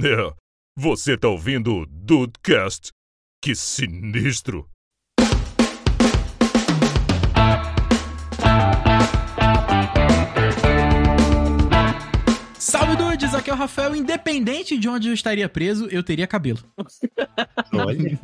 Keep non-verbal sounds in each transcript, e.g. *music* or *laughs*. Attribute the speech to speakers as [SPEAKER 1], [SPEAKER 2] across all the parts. [SPEAKER 1] É, você tá ouvindo o Dudecast? Que sinistro!
[SPEAKER 2] Salve dudes, aqui é o Rafael. Independente de onde eu estaria preso, eu teria cabelo.
[SPEAKER 3] Olha.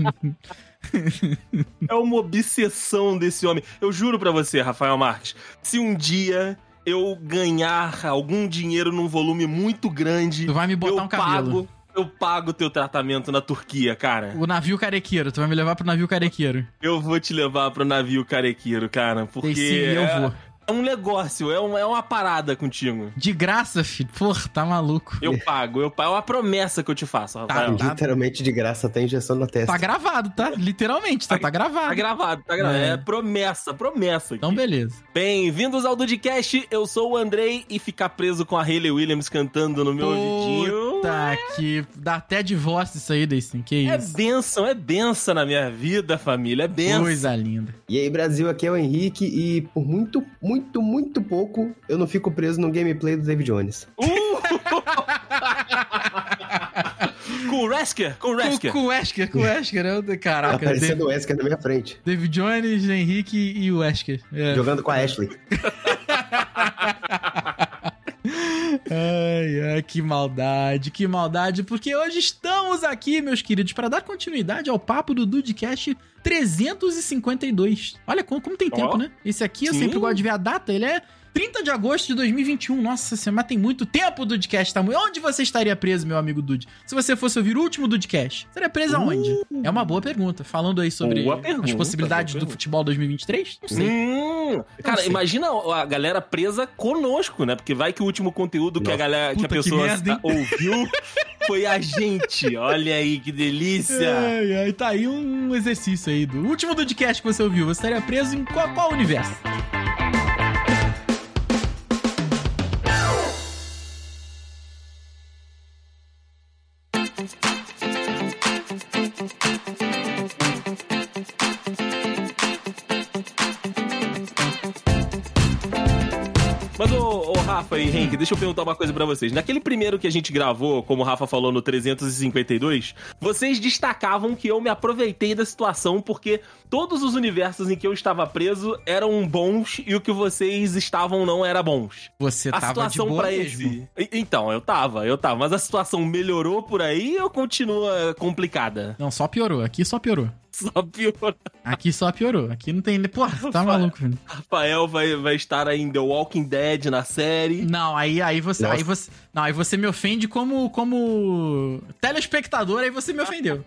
[SPEAKER 3] é uma obsessão desse homem. Eu juro pra você, Rafael Marques, se um dia eu ganhar algum dinheiro num volume muito grande,
[SPEAKER 2] Tu vai me botar
[SPEAKER 3] eu
[SPEAKER 2] um cabelo.
[SPEAKER 3] pago, eu pago teu tratamento na Turquia, cara.
[SPEAKER 2] O navio carequeiro, tu vai me levar pro navio carequeiro.
[SPEAKER 3] Eu vou te levar pro navio carequiro, cara, porque
[SPEAKER 2] Sim, eu
[SPEAKER 3] é,
[SPEAKER 2] vou.
[SPEAKER 3] é um negócio, é, um- é uma parada contigo.
[SPEAKER 2] De graça, filho. Porra, tá maluco.
[SPEAKER 3] Eu pago, eu pago. É uma promessa que eu te faço, Rafael.
[SPEAKER 2] Tá-
[SPEAKER 4] Literalmente de graça, até injeção na testa.
[SPEAKER 2] Tá gravado, tá? Literalmente, tá, tá
[SPEAKER 3] Tá
[SPEAKER 2] gravado.
[SPEAKER 3] gravado, tá gravado.
[SPEAKER 2] É.
[SPEAKER 3] É, promessa, promessa.
[SPEAKER 2] Então, beleza.
[SPEAKER 3] Bem-vindos ao Dudcast, eu sou o Andrei e ficar preso com a Hayley Williams cantando no meu ouvidinho.
[SPEAKER 2] Tá que dá até divórcio isso aí, Deicin. Que
[SPEAKER 3] É
[SPEAKER 2] isso.
[SPEAKER 3] benção, é benção na minha vida, família, é benção.
[SPEAKER 2] Coisa linda.
[SPEAKER 4] E aí, Brasil, aqui é o Henrique e por muito, muito, muito pouco eu não fico preso no gameplay do David Jones.
[SPEAKER 3] Com o Rasker, com o
[SPEAKER 2] Com
[SPEAKER 3] Rasker.
[SPEAKER 2] com o Wesker, com o Wesker. eu-
[SPEAKER 4] Tá
[SPEAKER 2] Caraca, David,
[SPEAKER 4] aparecendo o Wesker na minha frente,
[SPEAKER 2] David Jones, Henrique e o Wesker. É.
[SPEAKER 4] jogando com a Ashley.
[SPEAKER 2] Ai, ai, que maldade, que maldade, porque hoje estamos aqui, meus queridos, para dar continuidade ao papo do Dudecast 352. Olha como, como tem
[SPEAKER 3] Ó.
[SPEAKER 2] tempo, né? Esse aqui eu
[SPEAKER 3] Sim.
[SPEAKER 2] sempre gosto de ver a data, ele é 30 de agosto de 2021. Nossa semana tem muito tempo o Dudecast, tá muito. Onde você estaria preso, meu amigo Dude? Se você fosse ouvir o último Dudecast, seria preso aonde? É uma boa pergunta. Falando aí sobre
[SPEAKER 3] Uh. Boa
[SPEAKER 2] as
[SPEAKER 3] pergunta,
[SPEAKER 2] possibilidades
[SPEAKER 3] boa
[SPEAKER 2] do
[SPEAKER 3] pergunta.
[SPEAKER 2] futebol 2023? Não sei.
[SPEAKER 3] Hum, cara,
[SPEAKER 2] sei.
[SPEAKER 3] imagina a galera presa conosco, né? Porque vai que o último conteúdo que a galera, que a
[SPEAKER 2] Puta que
[SPEAKER 3] pessoa tá
[SPEAKER 2] merda, hein?
[SPEAKER 3] ouviu foi a gente. Olha aí que delícia.
[SPEAKER 2] Ai, ai, tá aí um exercício aí do último podcast que você ouviu. Você estaria preso em qual, qual universo?
[SPEAKER 3] Mas ô, ô, Rafa e Henrique, deixa eu perguntar uma coisa pra vocês. Naquele primeiro que a gente gravou, como o Rafa falou no 352, vocês destacavam que eu me aproveitei da situação porque todos os universos em que eu estava preso eram bons e o que vocês estavam não era bons.
[SPEAKER 2] Você
[SPEAKER 3] a
[SPEAKER 2] tava de
[SPEAKER 3] situação
[SPEAKER 2] boa
[SPEAKER 3] pra
[SPEAKER 2] mesmo.
[SPEAKER 3] esse. E- Então, eu tava, eu tava, mas a situação melhorou por aí ou continua complicada? *laughs*
[SPEAKER 2] Não, só piorou. Aqui só piorou.
[SPEAKER 3] Só pior.
[SPEAKER 2] Aqui só piorou. Aqui não tem... Porra,
[SPEAKER 3] *laughs*
[SPEAKER 2] tá maluco, filho.
[SPEAKER 3] Rafael vai, vai estar aí em The Walking Dead na série.
[SPEAKER 2] Não, aí, aí você...
[SPEAKER 4] Nossa.
[SPEAKER 2] Aí você... Não, aí você me ofende como... Como... Telespectador, aí você me
[SPEAKER 3] *laughs*
[SPEAKER 2] ofendeu.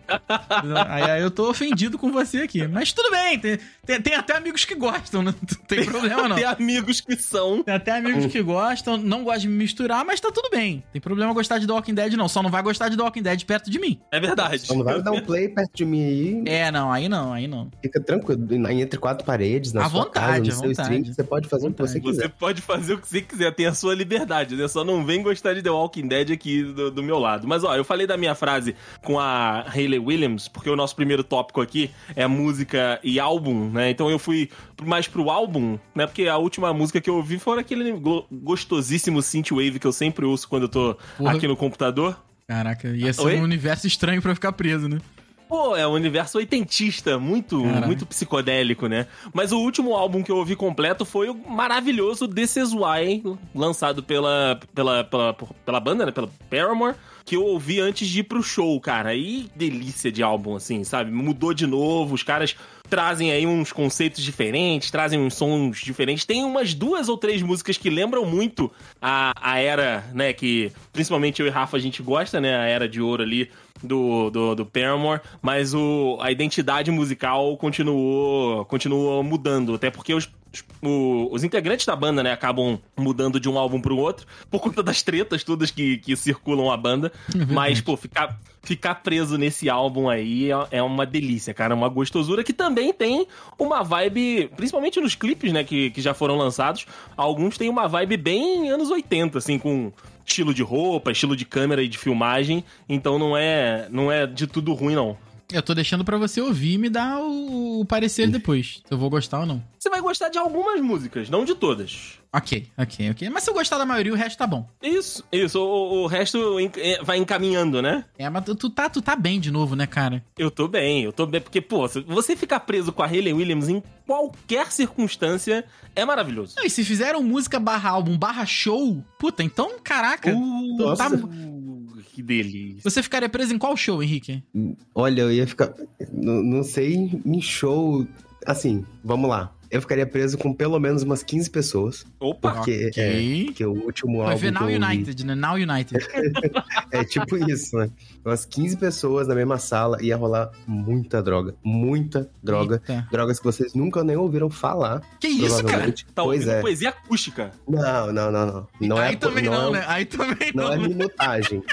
[SPEAKER 2] aí, aí eu tô ofendido com você aqui. Mas tudo bem. Tem, tem, tem até amigos que gostam. né? *laughs* Não tem problema, não.
[SPEAKER 3] Tem amigos que são.
[SPEAKER 2] Tem até amigos que gostam, não gostam de me misturar, mas tá tudo bem. Tem problema gostar de The Walking Dead, não. Só não vai gostar de The Walking Dead perto de mim.
[SPEAKER 3] É verdade.
[SPEAKER 4] Então vai dar um play perto de mim aí,
[SPEAKER 2] É, não, aí não, aí não.
[SPEAKER 4] fica tranquilo. Entre quatro paredes, na
[SPEAKER 2] À
[SPEAKER 4] sua
[SPEAKER 2] vontade,
[SPEAKER 4] casa, no
[SPEAKER 2] à
[SPEAKER 4] seu
[SPEAKER 2] vontade.
[SPEAKER 4] stream, você pode fazer o que você
[SPEAKER 2] Vontade.
[SPEAKER 4] quiser.
[SPEAKER 3] Você pode fazer o que você quiser, tem a sua liberdade, né? Só não vem gostar de The Walking Dead aqui do, do meu lado. Mas, ó, eu falei da minha frase com a Hayley Williams, porque o nosso primeiro tópico aqui é música e álbum, né? Então eu fui mais pro álbum, né? Porque a última música que eu ouvi foi aquele go- gostosíssimo synthwave que eu sempre ouço quando eu tô
[SPEAKER 2] Porra.
[SPEAKER 3] aqui no computador.
[SPEAKER 2] Caraca, ia ser
[SPEAKER 3] Oi?
[SPEAKER 2] um universo estranho pra eu ficar preso, né?
[SPEAKER 3] Pô, é um universo oitentista, muito,
[SPEAKER 2] Caralho.
[SPEAKER 3] muito psicodélico, né? Mas o último álbum que eu ouvi completo foi o maravilhoso This Is Why, lançado pela, pela, pela, pela banda, né? Pela Paramore, que eu ouvi antes de ir pro show, cara. E delícia de álbum, assim, sabe? Mudou de novo, os caras trazem aí uns conceitos diferentes, trazem uns sons diferentes. Tem umas duas ou três músicas que lembram muito a, a era, né? Que principalmente eu e Rafa a gente gosta, né? A era de ouro ali do, do, do Paramore, mas o, a identidade musical continuou, continuou mudando, até porque os, os- o- os integrantes da banda, né, acabam mudando de um álbum pro outro, por conta das tretas todas que, que circulam a banda, mas, pô, ficar, ficar preso nesse álbum aí é, é uma delícia, cara, uma gostosura que também tem uma vibe, principalmente nos clipes, né, que, que já foram lançados, alguns têm uma vibe bem anos 80, assim, com estilo de roupa, estilo de câmera e de filmagem, então não é não é de tudo ruim não.
[SPEAKER 2] Eu tô deixando pra você ouvir e me dar o, o parecer depois, se eu vou gostar ou não.
[SPEAKER 3] Você vai gostar de algumas músicas, não de todas.
[SPEAKER 2] Ok, ok, ok. Mas se eu gostar da maioria, o resto tá bom.
[SPEAKER 3] Isso, isso. O, o resto en- eh, vai encaminhando, né?
[SPEAKER 2] É, mas tu, tu tá, tu tá bem de novo, né, cara?
[SPEAKER 3] Eu tô bem, eu tô bem. Porque, pô, se você ficar preso com a Hayley Williams em qualquer circunstância é maravilhoso.
[SPEAKER 2] Não, e se fizeram música barra álbum barra show, puta, então, caraca.
[SPEAKER 3] Uh,
[SPEAKER 2] tu tá-
[SPEAKER 3] uh, que delícia.
[SPEAKER 2] Você ficaria preso em qual show, Henrique?
[SPEAKER 4] Olha, eu ia ficar. Não, não sei, em show. Assim, vamos lá. Eu ficaria preso com pelo menos umas 15 pessoas.
[SPEAKER 3] Opa!
[SPEAKER 4] Porque é,
[SPEAKER 2] ok.
[SPEAKER 4] que o último
[SPEAKER 2] Vai
[SPEAKER 4] álbum.
[SPEAKER 2] ver
[SPEAKER 4] que
[SPEAKER 2] Now
[SPEAKER 4] eu ouvi-
[SPEAKER 2] United, né? Now United.
[SPEAKER 4] É tipo *laughs* isso, né? Umas 15 pessoas na mesma sala ia rolar muita droga. Muita droga.
[SPEAKER 2] Eita.
[SPEAKER 4] Drogas que vocês nunca nem ouviram falar.
[SPEAKER 2] Que isso, cara?
[SPEAKER 4] provavelmente.
[SPEAKER 3] Tá
[SPEAKER 4] pois
[SPEAKER 3] ouvindo
[SPEAKER 4] é.
[SPEAKER 3] poesia acústica.
[SPEAKER 4] Não, não, não, não. Não
[SPEAKER 2] Aí
[SPEAKER 4] é,
[SPEAKER 2] também
[SPEAKER 4] não,
[SPEAKER 2] não,
[SPEAKER 4] é-
[SPEAKER 2] né? Aí também
[SPEAKER 4] Não
[SPEAKER 2] não.
[SPEAKER 4] é minutagem.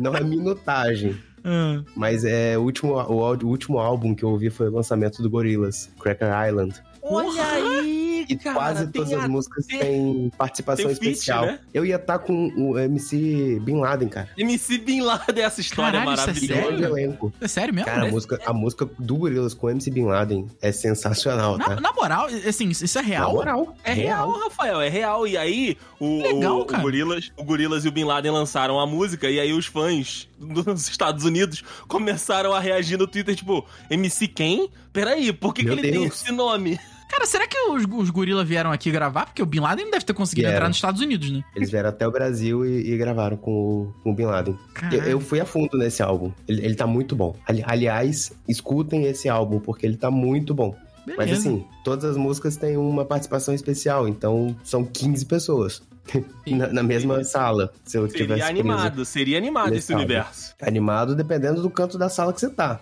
[SPEAKER 4] não é minutagem.
[SPEAKER 2] Ah.
[SPEAKER 4] Mas é o último, o, áudio- o último álbum que eu ouvi foi o lançamento do Gorillaz, Cracker Island.
[SPEAKER 3] Olha aí,
[SPEAKER 4] E
[SPEAKER 3] cara.
[SPEAKER 4] quase todas
[SPEAKER 3] tem
[SPEAKER 4] as
[SPEAKER 3] a-
[SPEAKER 4] músicas
[SPEAKER 3] tem-
[SPEAKER 4] têm participação
[SPEAKER 3] tem feat,
[SPEAKER 4] especial.
[SPEAKER 3] né?
[SPEAKER 4] Eu ia estar com o MC Bin Laden, cara.
[SPEAKER 3] MC Bin Laden, essa história
[SPEAKER 2] Caralho, isso é
[SPEAKER 3] maravilhosa.
[SPEAKER 2] Sério?
[SPEAKER 4] Grande elenco.
[SPEAKER 2] É sério mesmo?
[SPEAKER 4] Cara, a música, a música do Gorillaz com o MC Bin Laden é sensacional,
[SPEAKER 2] na,
[SPEAKER 4] tá?
[SPEAKER 2] na moral, assim, isso é
[SPEAKER 4] Na
[SPEAKER 2] real?
[SPEAKER 4] moral.
[SPEAKER 3] É real, Rafael, é real. E aí, o,
[SPEAKER 2] Legal,
[SPEAKER 3] o- o
[SPEAKER 2] cara.
[SPEAKER 3] Gorilas, o Gorilas e o Bin Laden lançaram a música, e aí os fãs dos Estados Unidos começaram a reagir no Twitter, tipo, MC quem? Peraí, por que, que
[SPEAKER 4] Meu
[SPEAKER 3] ele tem
[SPEAKER 4] Deus.
[SPEAKER 3] esse nome?
[SPEAKER 2] Cara, será que os, os gorila vieram aqui gravar? Porque o Bin Laden não deve ter conseguido
[SPEAKER 4] Vieram.
[SPEAKER 2] entrar nos Estados Unidos, né?
[SPEAKER 4] Eles vieram até o Brasil e, e gravaram com o, com o Bin Laden. Eu,
[SPEAKER 2] Caralho.
[SPEAKER 4] eu fui a fundo nesse álbum. Ele, ele tá muito bom. Ali- aliás, escutem esse álbum, porque ele tá muito bom. Mas
[SPEAKER 2] Beleza.
[SPEAKER 4] assim, todas as músicas têm uma participação especial, então são 15 pessoas *laughs* na, na mesma sala. Se eu tivesse
[SPEAKER 3] Seria
[SPEAKER 4] preso.
[SPEAKER 3] animado, seria animado esse
[SPEAKER 4] Nesse álbum.
[SPEAKER 3] universo.
[SPEAKER 4] Animado dependendo do canto da sala que você
[SPEAKER 2] *laughs*
[SPEAKER 4] tá.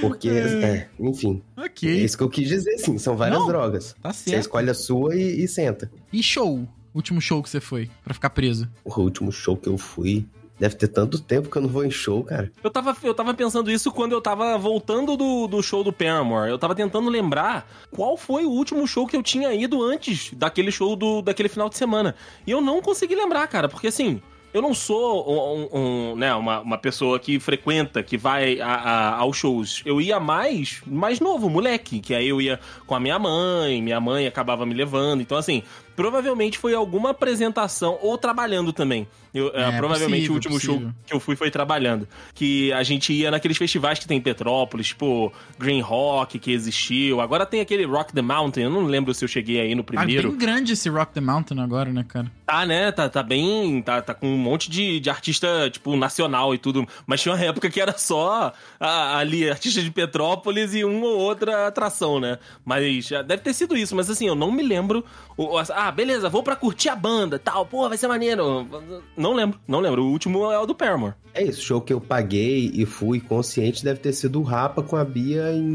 [SPEAKER 4] Porque, é, enfim, é
[SPEAKER 2] ok,
[SPEAKER 4] isso que eu quis dizer, sim, são várias
[SPEAKER 2] Não,
[SPEAKER 4] drogas.
[SPEAKER 2] tá
[SPEAKER 4] Você
[SPEAKER 2] certo.
[SPEAKER 4] escolhe a sua e, e senta.
[SPEAKER 2] E show? Último show que você foi pra ficar preso.
[SPEAKER 4] O último show que eu fui, deve ter tanto tempo que eu não vou em show, cara.
[SPEAKER 3] Eu tava, eu tava pensando isso quando eu tava voltando do, do show do Paramore. Eu tava tentando lembrar qual foi o último show que eu tinha ido antes daquele show do, daquele final de semana. E eu não consegui lembrar, cara, porque assim. Eu não sou um- um- um, né, uma, uma pessoa que frequenta, que vai a- a- aos shows. Eu ia mais, mais novo, moleque. Que aí eu ia com a minha mãe, minha mãe acabava me levando. Então, assim, provavelmente foi alguma apresentação ou trabalhando também. Eu, eh,
[SPEAKER 2] É,
[SPEAKER 3] provavelmente
[SPEAKER 2] possível,
[SPEAKER 3] o último
[SPEAKER 2] possível.
[SPEAKER 3] show que eu fui foi trabalhando. Que a gente ia naqueles festivais que tem em Petrópolis, tipo Green Rock, que existiu. Agora tem aquele Rock the Mountain, eu não lembro se eu cheguei aí no
[SPEAKER 2] Ah,
[SPEAKER 3] primeiro.
[SPEAKER 2] bem grande esse Rock the Mountain agora, né, cara?
[SPEAKER 3] Tá, né? Tá, tá bem. Tá, tá com um monte de, de artista, tipo, nacional e tudo. Mas tinha uma época que era só a- ali, artista de Petrópolis e uma ou outra atração, né? Mas já deve ter sido isso. Mas assim, eu não me lembro. O- o- Ah, beleza, vou pra curtir a banda tal. Pô, vai ser maneiro. Não lembro, não lembro. O último é o do Paramore.
[SPEAKER 4] É isso, show que eu paguei e fui consciente deve ter sido o Rapa com a Bia em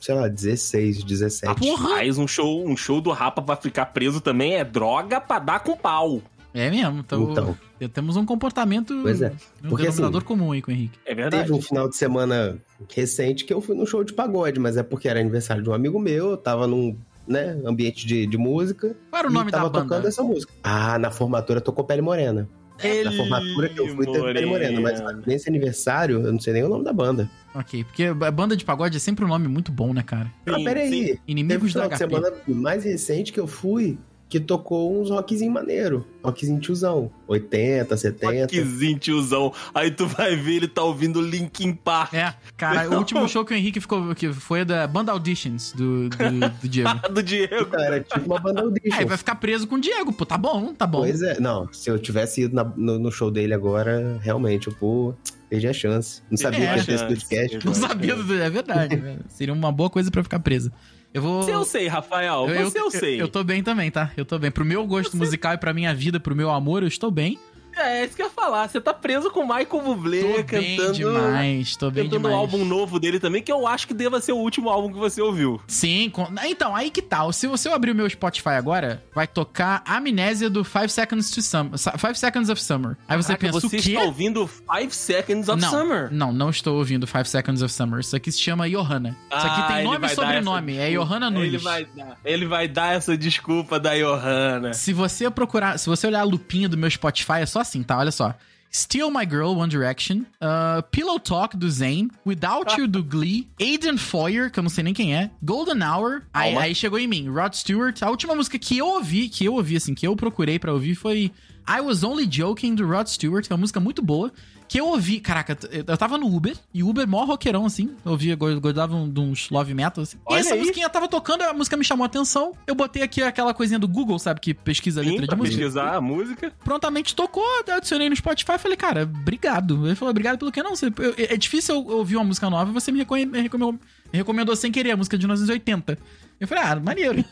[SPEAKER 4] 2016, 17.
[SPEAKER 2] Porra!
[SPEAKER 3] Mas um show, um show do Rapa pra ficar preso também é droga pra dar com pau.
[SPEAKER 2] É mesmo, então,
[SPEAKER 4] Então.
[SPEAKER 2] temos um comportamento
[SPEAKER 4] Pois é,
[SPEAKER 2] um
[SPEAKER 4] porque
[SPEAKER 2] denominador comum aí com o Henrique.
[SPEAKER 3] É verdade.
[SPEAKER 4] Teve um final de semana recente que eu fui num show de pagode, mas é porque era aniversário de um amigo meu, eu tava num né, ambiente de, de música.
[SPEAKER 2] Qual era o nome
[SPEAKER 4] e tava
[SPEAKER 2] da banda?
[SPEAKER 4] tocando essa música. Ah, na formatura tocou Pele Morena.
[SPEAKER 2] um
[SPEAKER 4] Na formatura que eu fui teve Pele Morena,
[SPEAKER 2] ah,
[SPEAKER 4] mas nesse aniversário eu não sei nem o nome da banda.
[SPEAKER 2] Ok, porque a banda de pagode é sempre um nome muito bom, né, cara?
[SPEAKER 4] ah,
[SPEAKER 3] Sim,
[SPEAKER 4] peraí,
[SPEAKER 3] sim.
[SPEAKER 4] teve um
[SPEAKER 2] Inimigos da
[SPEAKER 4] final de
[SPEAKER 2] HP.
[SPEAKER 4] semana mais recente que eu fui que tocou uns rockzinho maneiro, rockzinho tiozão, 80, 70.
[SPEAKER 3] Rockzinho, tiozão. Aí tu vai ver, ele tá ouvindo Linkin Park.
[SPEAKER 2] É, cara, o último show que o Henrique ficou que foi da banda Auditions do, do,
[SPEAKER 3] *laughs*
[SPEAKER 2] do Diego.
[SPEAKER 3] Do Diego.
[SPEAKER 4] Então, era tipo
[SPEAKER 2] *laughs*
[SPEAKER 4] uma banda audition.
[SPEAKER 2] Aí vai ficar preso com o Diego, pô, tá bom, tá bom.
[SPEAKER 4] Pois é, não, se eu tivesse ido na- no, no show dele agora, realmente, eu, pô, perdi a chance. Não sabia
[SPEAKER 2] É,
[SPEAKER 4] que ia ter esse
[SPEAKER 3] chance.
[SPEAKER 4] podcast.
[SPEAKER 2] Não sabia, é verdade. né? Seria uma boa coisa pra ficar preso. Eu vou.
[SPEAKER 3] Você eu sei, Rafael. Você eu, sei.
[SPEAKER 2] Eu, tô bem também, tá? Eu tô bem. Pro meu gosto musical e pra minha vida, pro meu amor, eu estou bem.
[SPEAKER 3] É, isso que eu ia falar. Você tá preso com o Michael
[SPEAKER 2] Tô
[SPEAKER 3] Bublé
[SPEAKER 2] bem
[SPEAKER 3] cantando...
[SPEAKER 2] demais, tô bem
[SPEAKER 3] Cantando o
[SPEAKER 2] demais.
[SPEAKER 3] álbum novo dele também, que eu acho que deva ser o último álbum que você ouviu.
[SPEAKER 2] Sim, com- então, aí que tal? Se você abrir o meu Spotify agora, vai tocar Amnésia do 5 Seconds to Summer. 5 Seconds of Summer. Aí você
[SPEAKER 3] Caraca,
[SPEAKER 2] pensa,
[SPEAKER 3] você
[SPEAKER 2] o quê?
[SPEAKER 3] está ouvindo Five Seconds of
[SPEAKER 2] não,
[SPEAKER 3] Summer.
[SPEAKER 2] Não, não estou ouvindo 5 Seconds of Summer. Isso aqui se chama Johanna. Isso aqui
[SPEAKER 3] Ah,
[SPEAKER 2] tem
[SPEAKER 3] ele
[SPEAKER 2] nome e
[SPEAKER 3] vai dar
[SPEAKER 2] sobrenome.
[SPEAKER 3] essa
[SPEAKER 2] É
[SPEAKER 3] desculpa.
[SPEAKER 2] Johanna Nunes.
[SPEAKER 3] Ele vai, dar, ele vai dar essa desculpa da Johanna.
[SPEAKER 2] Se você procurar, se você olhar a lupinha do meu Spotify, é só assim, tá? Olha só. Steal My Girl, One Direction, uh, Pillow Talk, do Zayn, Without You, do Glee, Aiden Foyer, que eu não sei nem quem é, Golden Hour, aí,
[SPEAKER 3] Calma.
[SPEAKER 2] aí chegou em mim, Rod Stewart. A última música que eu ouvi, que eu ouvi, assim, que eu procurei pra ouvir foi I Was Only Joking, do Rod Stewart, que é uma música muito boa, que eu ouvi, caraca, t- eu tava no Uber, e o Uber mó roqueirão, assim, eu ouvia, go- gostava de uns love metal, assim.
[SPEAKER 3] Olha
[SPEAKER 2] e essa
[SPEAKER 3] aí.
[SPEAKER 2] musiquinha tava tocando, a música me chamou a atenção, eu botei aqui aquela coisinha do Google, sabe, que pesquisa a
[SPEAKER 3] Sim,
[SPEAKER 2] letra de
[SPEAKER 3] pra
[SPEAKER 2] música
[SPEAKER 3] pesquisar a música.
[SPEAKER 2] prontamente tocou, até adicionei no Spotify e falei, cara, obrigado. Ele falou, obrigado pelo que não. Você, eu- é difícil eu ouvir uma música nova e você me, reconhe- me recomendou, me recomendou sem querer a música de 1980. Eu falei, ah,
[SPEAKER 3] *laughs*
[SPEAKER 2] maneiro.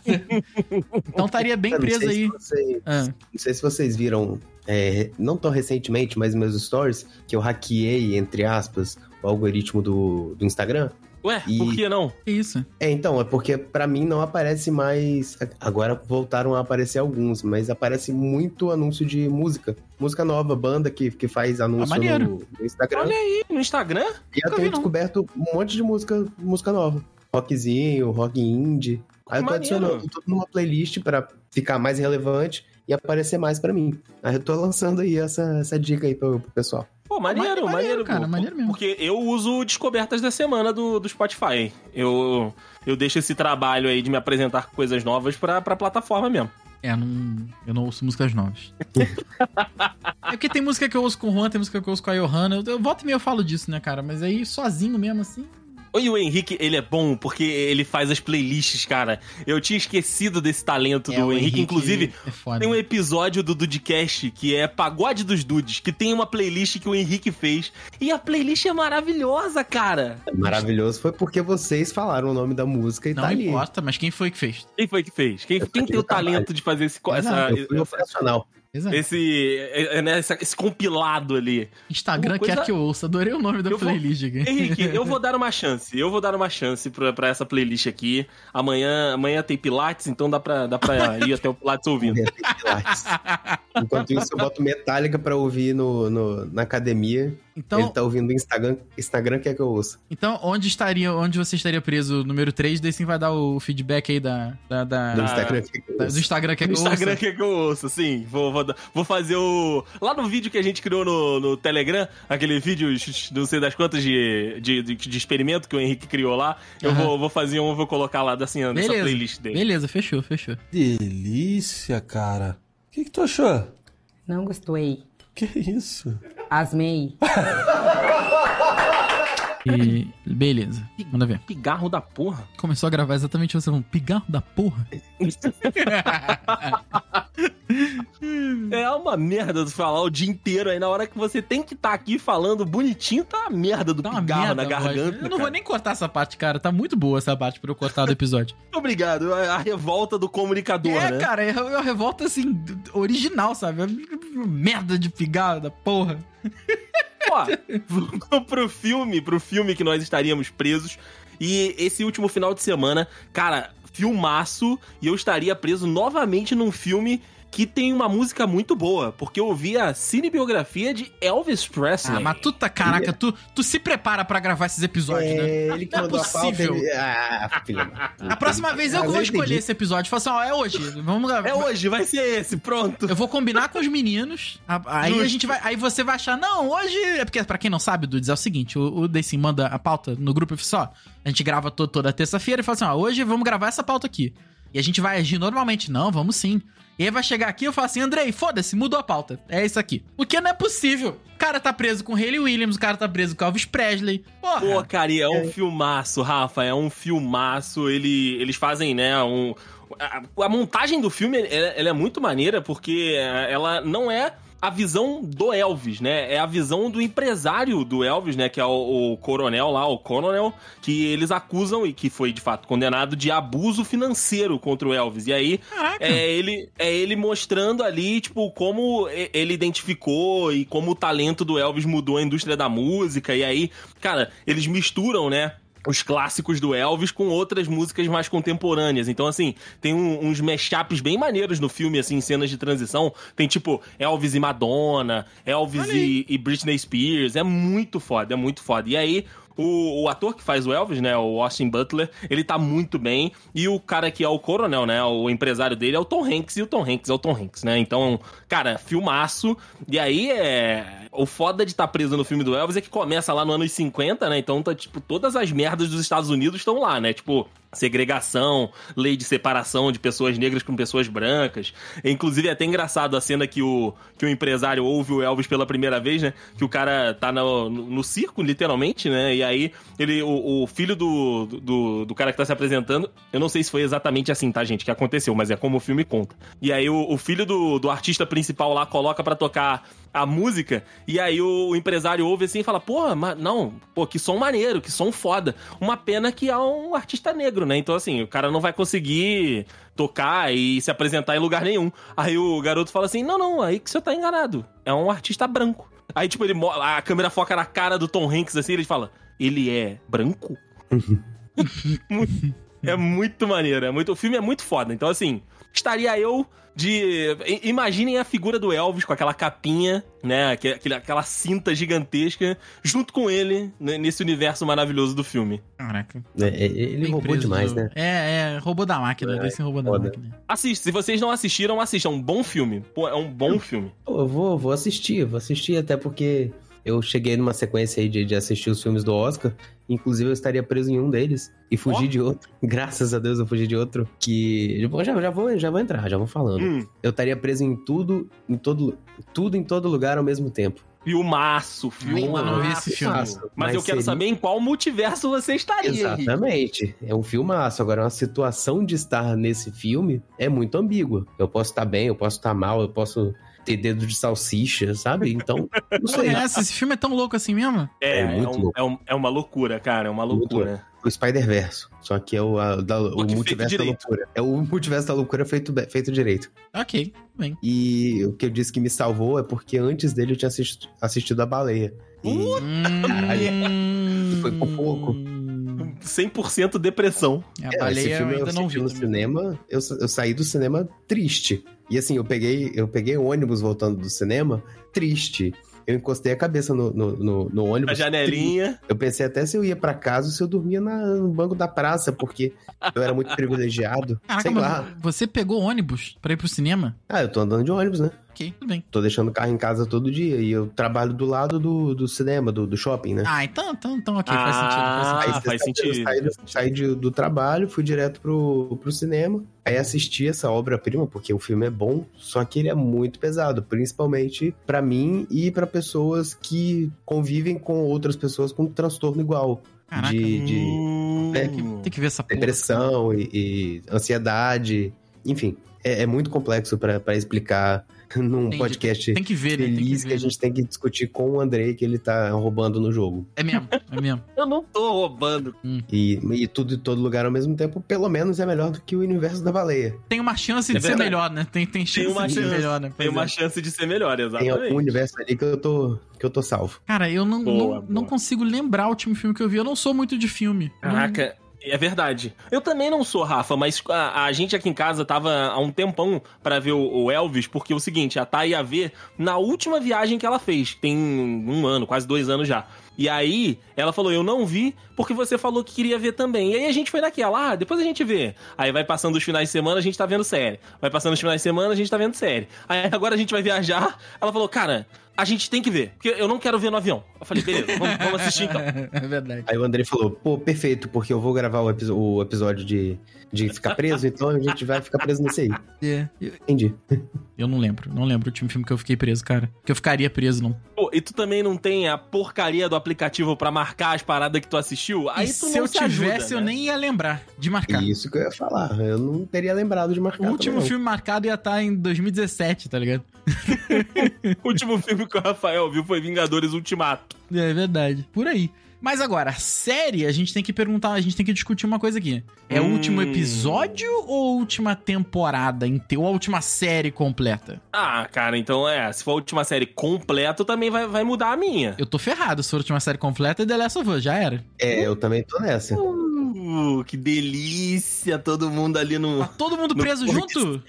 [SPEAKER 2] então estaria bem
[SPEAKER 4] Eu não sei
[SPEAKER 2] preso
[SPEAKER 4] se
[SPEAKER 2] aí.
[SPEAKER 4] você-
[SPEAKER 2] Ah,
[SPEAKER 4] Não sei se vocês viram, é, não tão recentemente, mas meus stories, que eu hackeei, entre aspas, o algoritmo do, do Instagram.
[SPEAKER 3] Ué,
[SPEAKER 4] E-
[SPEAKER 3] por que não?
[SPEAKER 2] que isso.
[SPEAKER 4] É, então, é porque pra mim não aparece mais. Agora voltaram a aparecer alguns, mas aparece muito anúncio de música. Música nova, banda que, que faz anúncio
[SPEAKER 2] Ah, maneiro.
[SPEAKER 4] no, no Instagram.
[SPEAKER 3] Olha aí, no Instagram?
[SPEAKER 4] e eu
[SPEAKER 2] nunca
[SPEAKER 4] tenho
[SPEAKER 2] vi, não.
[SPEAKER 4] descoberto um monte de música, música nova. Rockzinho, rock indie. Aí eu tô
[SPEAKER 3] Maneiro.
[SPEAKER 4] adicionando tudo numa playlist pra ficar mais relevante e aparecer mais pra mim. Aí eu tô lançando aí essa, essa dica aí pro, pro pessoal.
[SPEAKER 3] Pô, maneiro,
[SPEAKER 2] Maneiro,
[SPEAKER 3] maneiro,
[SPEAKER 2] cara,
[SPEAKER 3] pô.
[SPEAKER 2] maneiro mesmo.
[SPEAKER 3] Porque eu uso descobertas da semana do, do Spotify. Eu, eu deixo esse trabalho aí de me apresentar coisas novas pra, pra plataforma mesmo.
[SPEAKER 2] É, não, eu não ouço músicas novas. é porque tem música que eu ouço com o Juan, tem música que eu ouço com a Johanna. Eu, eu volto e meio eu falo disso, né, cara? Mas aí sozinho mesmo, assim.
[SPEAKER 3] E o Henrique, ele é bom porque ele faz as playlists, cara. Eu tinha esquecido desse talento
[SPEAKER 2] é,
[SPEAKER 3] do
[SPEAKER 2] o
[SPEAKER 3] Henrique. Inclusive,
[SPEAKER 2] É foda.
[SPEAKER 3] tem um episódio do Dudcast que é Pagode dos Dudes, que tem uma playlist que o Henrique fez. E a playlist é maravilhosa, cara.
[SPEAKER 4] É Maravilhoso foi porque vocês falaram o nome da música e
[SPEAKER 2] Não
[SPEAKER 4] tá ali.
[SPEAKER 2] importa, mas quem foi que fez?
[SPEAKER 3] Quem foi que fez? Quem,
[SPEAKER 4] Eu
[SPEAKER 3] quem
[SPEAKER 4] tive
[SPEAKER 3] tem o
[SPEAKER 4] trabalho.
[SPEAKER 3] talento de fazer esse, co- essa,
[SPEAKER 4] Eu fui assim. operacional.
[SPEAKER 2] Exato.
[SPEAKER 3] esse, é- é, né, essa- esse compilado ali?
[SPEAKER 2] Instagram
[SPEAKER 3] Uma coisa-
[SPEAKER 2] quer que eu ouça. Adorei o nome da
[SPEAKER 3] Eu vou-
[SPEAKER 2] playlist aqui.
[SPEAKER 3] Henrique, eu vou dar uma chance. Eu vou dar uma chance pra, pra essa playlist aqui. Amanhã, amanhã tem Pilates, então dá pra, dá
[SPEAKER 4] *laughs*
[SPEAKER 3] pra ir até o Pilates ouvindo.
[SPEAKER 2] *laughs*
[SPEAKER 4] Pilates. Enquanto isso, eu boto Metallica pra ouvir no, no- na academia.
[SPEAKER 2] Então,
[SPEAKER 4] Ele tá ouvindo o Instagram, Instagram quer que eu ouça.
[SPEAKER 2] então onde estaria, onde você estaria preso número 3? Daí sim vai dar o feedback aí da, da, da-
[SPEAKER 4] Do
[SPEAKER 3] Ah,
[SPEAKER 4] Instagram quer que eu
[SPEAKER 2] da- do
[SPEAKER 4] ouça.
[SPEAKER 2] Instagram que é
[SPEAKER 3] *laughs* No
[SPEAKER 2] que eu
[SPEAKER 3] Instagram
[SPEAKER 2] ouça.
[SPEAKER 3] que é que eu ouço, sim. Vou, vou, dar- vou fazer o. Lá no vídeo que a gente criou no, no Telegram, aquele vídeo, não sei das quantas, de, de, de, de experimento que o Henrique criou lá. Eu
[SPEAKER 2] Aham.
[SPEAKER 3] vou, vou fazer um, vou colocar lá assim, nessa
[SPEAKER 2] Beleza.
[SPEAKER 3] playlist dele.
[SPEAKER 2] Beleza, fechou, fechou.
[SPEAKER 5] Delícia, cara. O que, que tu achou?
[SPEAKER 6] Não gostei.
[SPEAKER 5] Que isso?
[SPEAKER 6] Asmei.
[SPEAKER 2] E beleza. Manda ver.
[SPEAKER 3] Pigarro da porra.
[SPEAKER 2] Começou a gravar exatamente você um pigarro da porra.
[SPEAKER 3] É uma merda tu falar o dia inteiro aí. Na hora que você tem que estar aqui falando bonitinho, tá a merda do
[SPEAKER 2] Dá uma
[SPEAKER 3] pigarro
[SPEAKER 2] merda,
[SPEAKER 3] na
[SPEAKER 2] voz.
[SPEAKER 3] garganta.
[SPEAKER 2] Eu não vou
[SPEAKER 3] cara.
[SPEAKER 2] nem cortar essa parte, cara. Tá muito boa essa parte pra eu cortar do episódio.
[SPEAKER 3] *laughs* Muito obrigado. A a revolta do comunicador,
[SPEAKER 2] é,
[SPEAKER 3] né?
[SPEAKER 2] cara, é uma revolta assim, original, sabe? É Merda de pigarro da porra.
[SPEAKER 3] Ó, *laughs* vamos pro filme, pro filme que nós estaríamos presos. E esse último final de semana, cara, filmaço. E eu estaria preso novamente num filme que tem uma música muito boa. Porque eu ouvi a cinebiografia de Elvis Presley.
[SPEAKER 2] Ah, mas tu tá, caraca, tu, tu se prepara pra gravar esses episódios, né?
[SPEAKER 4] É, ele que
[SPEAKER 2] Não é
[SPEAKER 4] mandou a pauta.
[SPEAKER 2] possível.
[SPEAKER 4] Ele... Ah, filha. da puta.
[SPEAKER 2] A próxima vez eu
[SPEAKER 4] Mas
[SPEAKER 2] que vou
[SPEAKER 4] entendi.
[SPEAKER 2] escolher esse episódio. Fala assim, ó, é hoje. Vamos
[SPEAKER 3] É hoje, vai ser esse, pronto.
[SPEAKER 2] Eu vou combinar com os meninos. a- Aí a
[SPEAKER 3] Justo.
[SPEAKER 2] gente vai. Aí você vai achar, não, hoje. É porque, pra quem não sabe, Dudes, é o seguinte: o, o Deicin manda a pauta no grupo só. A gente grava to- toda terça-feira e fala assim: ó, hoje vamos gravar essa pauta aqui. E a gente vai agir normalmente. Não, vamos sim. E aí vai chegar aqui e eu falo assim, Andrei, foda-se, mudou a pauta. É isso aqui. Porque não é possível. O cara tá preso com o Haley Williams, o cara tá preso com o Elvis Presley. Porra.
[SPEAKER 3] Pô, cara, e é um filmaço, Rafa, é um filmaço. Ele, eles fazem, né, um... A, a montagem do filme, ela, ela é muito maneira, porque é, ela não é a visão do Elvis, né? É a visão do empresário do Elvis, né? Que é o, o coronel lá, o coronel, que eles acusam e que foi, de fato, condenado de abuso financeiro contra o Elvis. E aí,
[SPEAKER 2] Caraca.
[SPEAKER 3] é ele, é ele mostrando ali, tipo, como e- ele identificou e como o talento do Elvis mudou a indústria da música. E aí, cara, eles misturam, né? Os clássicos do Elvis com outras músicas mais contemporâneas. Então, assim, tem um- uns mashups bem maneiros no filme, assim, cenas de transição. Tem tipo Elvis e Madonna, Elvis
[SPEAKER 2] Olha
[SPEAKER 3] e, e Britney Spears. É muito foda, é muito foda. E aí, O, o ator que faz o Elvis, né? O Austin Butler, ele tá muito bem. E o cara que é o coronel, né? O empresário dele é o Tom Hanks. E o Tom Hanks é o Tom Hanks, né? Então, cara, filmaço. E aí é. O foda de estar tá preso no filme do Elvis é que começa lá no anos 50, né? Então tá, tipo, todas as merdas dos Estados Unidos estão lá, né? Tipo, segregação, lei de separação de pessoas negras com pessoas brancas. Inclusive, é até engraçado a cena que o, que o empresário ouve o Elvis pela primeira vez, né? Que o cara tá no, no, no circo, literalmente, né? E aí, ele, o, o filho do, do, do cara que tá se apresentando, eu não sei se foi exatamente assim, tá, gente? Que aconteceu, mas é como o filme conta. E aí, o, o filho do, do artista principal lá coloca para tocar a música, e aí o, o empresário ouve assim e fala, porra, mas não, pô, que som maneiro, que som foda. Uma pena que há um artista negro, né? Então, assim, o cara não vai conseguir tocar e se apresentar em lugar nenhum. Aí o garoto fala assim, não, não, aí que você tá enganado, é um artista branco. Aí, tipo, ele, mo- a câmera foca na cara do Tom Hanks, assim, ele fala, ele é branco? *laughs* é muito maneiro, é muito, o filme é muito foda. Então, assim, estaria eu de. i- Imaginem a figura do Elvis com aquela capinha, né? aque- aquele- Aquela cinta gigantesca, junto com ele, né, nesse universo maravilhoso do filme.
[SPEAKER 2] Caraca.
[SPEAKER 4] É, é, ele
[SPEAKER 2] Bem
[SPEAKER 4] roubou
[SPEAKER 2] preso
[SPEAKER 4] demais,
[SPEAKER 2] do-
[SPEAKER 4] né?
[SPEAKER 2] É, é, roubou da máquina,
[SPEAKER 4] É,
[SPEAKER 2] desse roubou da
[SPEAKER 4] foda.
[SPEAKER 2] máquina.
[SPEAKER 3] Assiste, se vocês não assistiram, assistam. Um bom filme. Pô, é um bom filme.
[SPEAKER 4] Pô, eu vou, vou assistir, vou assistir, até porque eu cheguei numa sequência aí de, de assistir os filmes do Oscar. Inclusive, eu estaria preso em um deles e fugi
[SPEAKER 3] Ó.
[SPEAKER 4] de outro. *laughs* Graças a Deus eu fugi de outro. Que. eu vou- Já, já, vou, já vou entrar, já vou falando.
[SPEAKER 3] Hum,
[SPEAKER 4] Eu estaria preso em tudo, em todo. Tudo em todo lugar ao mesmo tempo.
[SPEAKER 3] filmaço, filmaço.
[SPEAKER 2] Ainda não vi esse filme.
[SPEAKER 4] Filmaço,
[SPEAKER 3] Mas, eu
[SPEAKER 4] seria-
[SPEAKER 3] quero saber em qual multiverso você estaria, Henrique.
[SPEAKER 4] Exatamente. É um filmaço. Agora, a situação de estar nesse filme é muito ambígua. Eu posso estar bem, eu posso estar mal, eu posso ter dedo de salsicha, sabe? Então, não
[SPEAKER 3] *laughs*
[SPEAKER 2] Porra,
[SPEAKER 4] sei.
[SPEAKER 2] é essa? Esse filme é tão louco assim mesmo?
[SPEAKER 4] É
[SPEAKER 3] É, é,
[SPEAKER 4] muito
[SPEAKER 3] um-
[SPEAKER 4] louco.
[SPEAKER 3] é um- é uma loucura, cara. É uma
[SPEAKER 4] Muito
[SPEAKER 3] loucura.
[SPEAKER 4] O Spider-Verso. Só que é o, a- da- o
[SPEAKER 3] que feito
[SPEAKER 4] multiverso da
[SPEAKER 3] direito.
[SPEAKER 4] loucura. É o multiverso da loucura feito, be- feito direito.
[SPEAKER 2] Ok, tudo bem.
[SPEAKER 4] E o que eu disse que me salvou é porque antes dele eu tinha assisti- assistido a baleia. E é, Caralho.
[SPEAKER 2] Hum,
[SPEAKER 4] Foi por pouco.
[SPEAKER 3] 100% depressão.
[SPEAKER 2] É, a
[SPEAKER 4] É,
[SPEAKER 2] baleia eu ainda não
[SPEAKER 4] assisti
[SPEAKER 2] vi.
[SPEAKER 4] no
[SPEAKER 2] também.
[SPEAKER 4] cinema, eu, sa- eu saí do cinema triste. E assim, eu peguei, eu peguei o ônibus voltando do cinema, triste. Eu encostei a cabeça no, no, no- no
[SPEAKER 3] A
[SPEAKER 4] ônibus. triste.
[SPEAKER 3] janelinha.
[SPEAKER 4] Eu pensei até se eu ia pra casa ou se eu dormia na- no banco da praça, porque eu era muito privilegiado.
[SPEAKER 2] Caraca,
[SPEAKER 4] Sei
[SPEAKER 2] mas
[SPEAKER 4] lá.
[SPEAKER 2] você pegou ônibus pra ir pro cinema?
[SPEAKER 4] Ah, eu tô andando de ônibus, né?
[SPEAKER 2] Ok, tudo bem.
[SPEAKER 4] Tô deixando o carro em casa todo dia. E eu trabalho do lado do, do cinema, do, do shopping, né?
[SPEAKER 2] Ah, então, então, então ok, faz sentido. Faz
[SPEAKER 3] Ah,
[SPEAKER 2] sentido.
[SPEAKER 4] Aí você
[SPEAKER 3] faz
[SPEAKER 4] sabe, eu
[SPEAKER 3] sentido,
[SPEAKER 4] Saí, do,
[SPEAKER 3] faz sentido.
[SPEAKER 4] saí de- do trabalho, fui direto pro, pro cinema. Aí assisti essa obra-prima, porque o filme é bom, só que ele é muito pesado, principalmente pra mim e pra pessoas que convivem com outras pessoas com transtorno igual.
[SPEAKER 2] Caraca,
[SPEAKER 4] de, de
[SPEAKER 3] Hum.
[SPEAKER 4] né,
[SPEAKER 2] tem que ver essa porra.
[SPEAKER 4] depressão e, e ansiedade. Enfim, é, é muito complexo pra pra explicar num
[SPEAKER 2] Entendi.
[SPEAKER 4] podcast.
[SPEAKER 2] Tem que ver, né? Tem
[SPEAKER 4] Feliz
[SPEAKER 2] que
[SPEAKER 4] que,
[SPEAKER 2] ver.
[SPEAKER 4] a gente tem que discutir com o Andrei que ele tá roubando no jogo.
[SPEAKER 2] É mesmo, é mesmo.
[SPEAKER 3] Eu não tô roubando.
[SPEAKER 4] E, e tudo em todo lugar ao mesmo tempo, pelo menos é melhor do que o universo da baleia.
[SPEAKER 2] Tem uma chance de
[SPEAKER 3] É
[SPEAKER 2] ser
[SPEAKER 3] verdade.
[SPEAKER 2] melhor, né? Tem, tem chance
[SPEAKER 3] uma
[SPEAKER 2] de ser
[SPEAKER 3] chance,
[SPEAKER 2] melhor, né?
[SPEAKER 3] Tem
[SPEAKER 2] Pois é.
[SPEAKER 3] uma chance de ser melhor,
[SPEAKER 4] Tem algum
[SPEAKER 3] exatamente.
[SPEAKER 4] universo ali que eu tô, que eu tô salvo.
[SPEAKER 2] Cara, eu não,
[SPEAKER 3] Boa,
[SPEAKER 2] não,
[SPEAKER 3] boa.
[SPEAKER 2] não consigo lembrar o último filme que eu vi. Eu não sou muito de filme.
[SPEAKER 3] Caraca, é verdade. Eu também não sou, Rafa, mas a, a gente aqui em casa tava há um tempão pra ver o, o Elvis, porque é o seguinte, a Thay ia ver na última viagem que ela fez, tem um ano, quase dois anos já. E aí, ela falou, eu não vi, porque você falou que queria ver também. E aí a gente foi naquela, ah, depois a gente vê. Aí vai passando os finais de semana, a gente tá vendo série. Vai passando os finais de semana, a gente tá vendo série. Aí agora a gente vai viajar. Ela falou, cara, a gente tem que ver, porque eu não quero ver no avião. Eu falei, beleza, vamos, vamos assistir então.
[SPEAKER 2] É verdade.
[SPEAKER 4] Aí o Andrei falou, pô, perfeito, porque eu vou gravar o, episo- o episódio de, de ficar preso, então a gente vai ficar preso nesse aí.
[SPEAKER 2] É, eu-
[SPEAKER 4] Entendi.
[SPEAKER 2] Eu não lembro. Não lembro o último filme que eu fiquei preso, cara. Que eu ficaria preso, não.
[SPEAKER 3] Pô, e tu também não tem a porcaria do aplicativo pra marcar as paradas que tu assistiu? Aí
[SPEAKER 2] e
[SPEAKER 3] tu
[SPEAKER 2] se
[SPEAKER 3] não
[SPEAKER 2] eu
[SPEAKER 3] se
[SPEAKER 2] tivesse, eu
[SPEAKER 3] ajuda, né?
[SPEAKER 2] nem ia lembrar de marcar.
[SPEAKER 4] E isso que eu ia falar, eu não teria lembrado de marcar.
[SPEAKER 2] O último
[SPEAKER 4] também,
[SPEAKER 2] filme marcado ia estar em 2017, tá ligado?
[SPEAKER 3] *laughs* O último filme que o Rafael viu foi Vingadores Ultimato.
[SPEAKER 2] É verdade. Por aí. Mas agora, série, a gente tem que perguntar, a gente tem que discutir uma coisa aqui. É o
[SPEAKER 3] Hum.
[SPEAKER 2] último episódio ou a última temporada em teu, a última série completa?
[SPEAKER 3] Ah, cara, então é, se for a última série completa, também vai, vai mudar a minha.
[SPEAKER 2] Eu tô ferrado se for a última série completa e The Last of Us, já era.
[SPEAKER 4] não. É, eu também tô nessa.
[SPEAKER 3] Uh, que delícia, todo mundo ali
[SPEAKER 2] Tá
[SPEAKER 3] no...
[SPEAKER 2] todo mundo
[SPEAKER 3] No
[SPEAKER 2] preso
[SPEAKER 3] corte.
[SPEAKER 2] junto?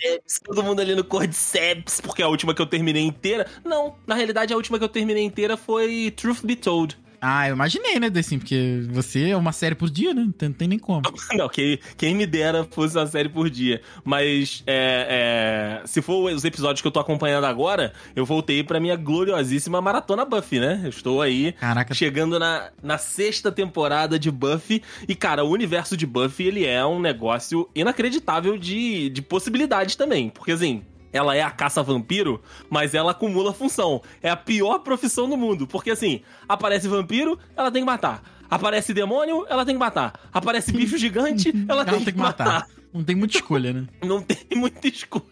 [SPEAKER 3] Todo mundo ali no Cordyceps, porque a última que eu terminei inteira... Não, na realidade a última que eu terminei inteira foi Truth Be Told.
[SPEAKER 2] Ah, eu imaginei, né, assim, porque você é uma série por dia, né? Não tem, não tem nem como.
[SPEAKER 3] *laughs* Não, quem, quem me dera fosse uma série por dia. Mas é, é, se for os episódios que eu tô acompanhando agora, eu voltei pra minha gloriosíssima maratona Buffy, né? Eu estou aí
[SPEAKER 2] Caraca,
[SPEAKER 3] chegando na, na sexta temporada de Buffy. E, cara, o universo de Buffy, ele é um negócio inacreditável de, de possibilidades também. Porque, assim, ela é a caça-vampiro, mas ela acumula função. É a pior profissão do mundo. Porque, assim, aparece vampiro, ela tem que matar. Aparece demônio, ela tem que matar. Aparece bicho *laughs* gigante, ela, tem, que matar.
[SPEAKER 2] não tem muita escolha, né?
[SPEAKER 3] Não tem *laughs* muita escolha.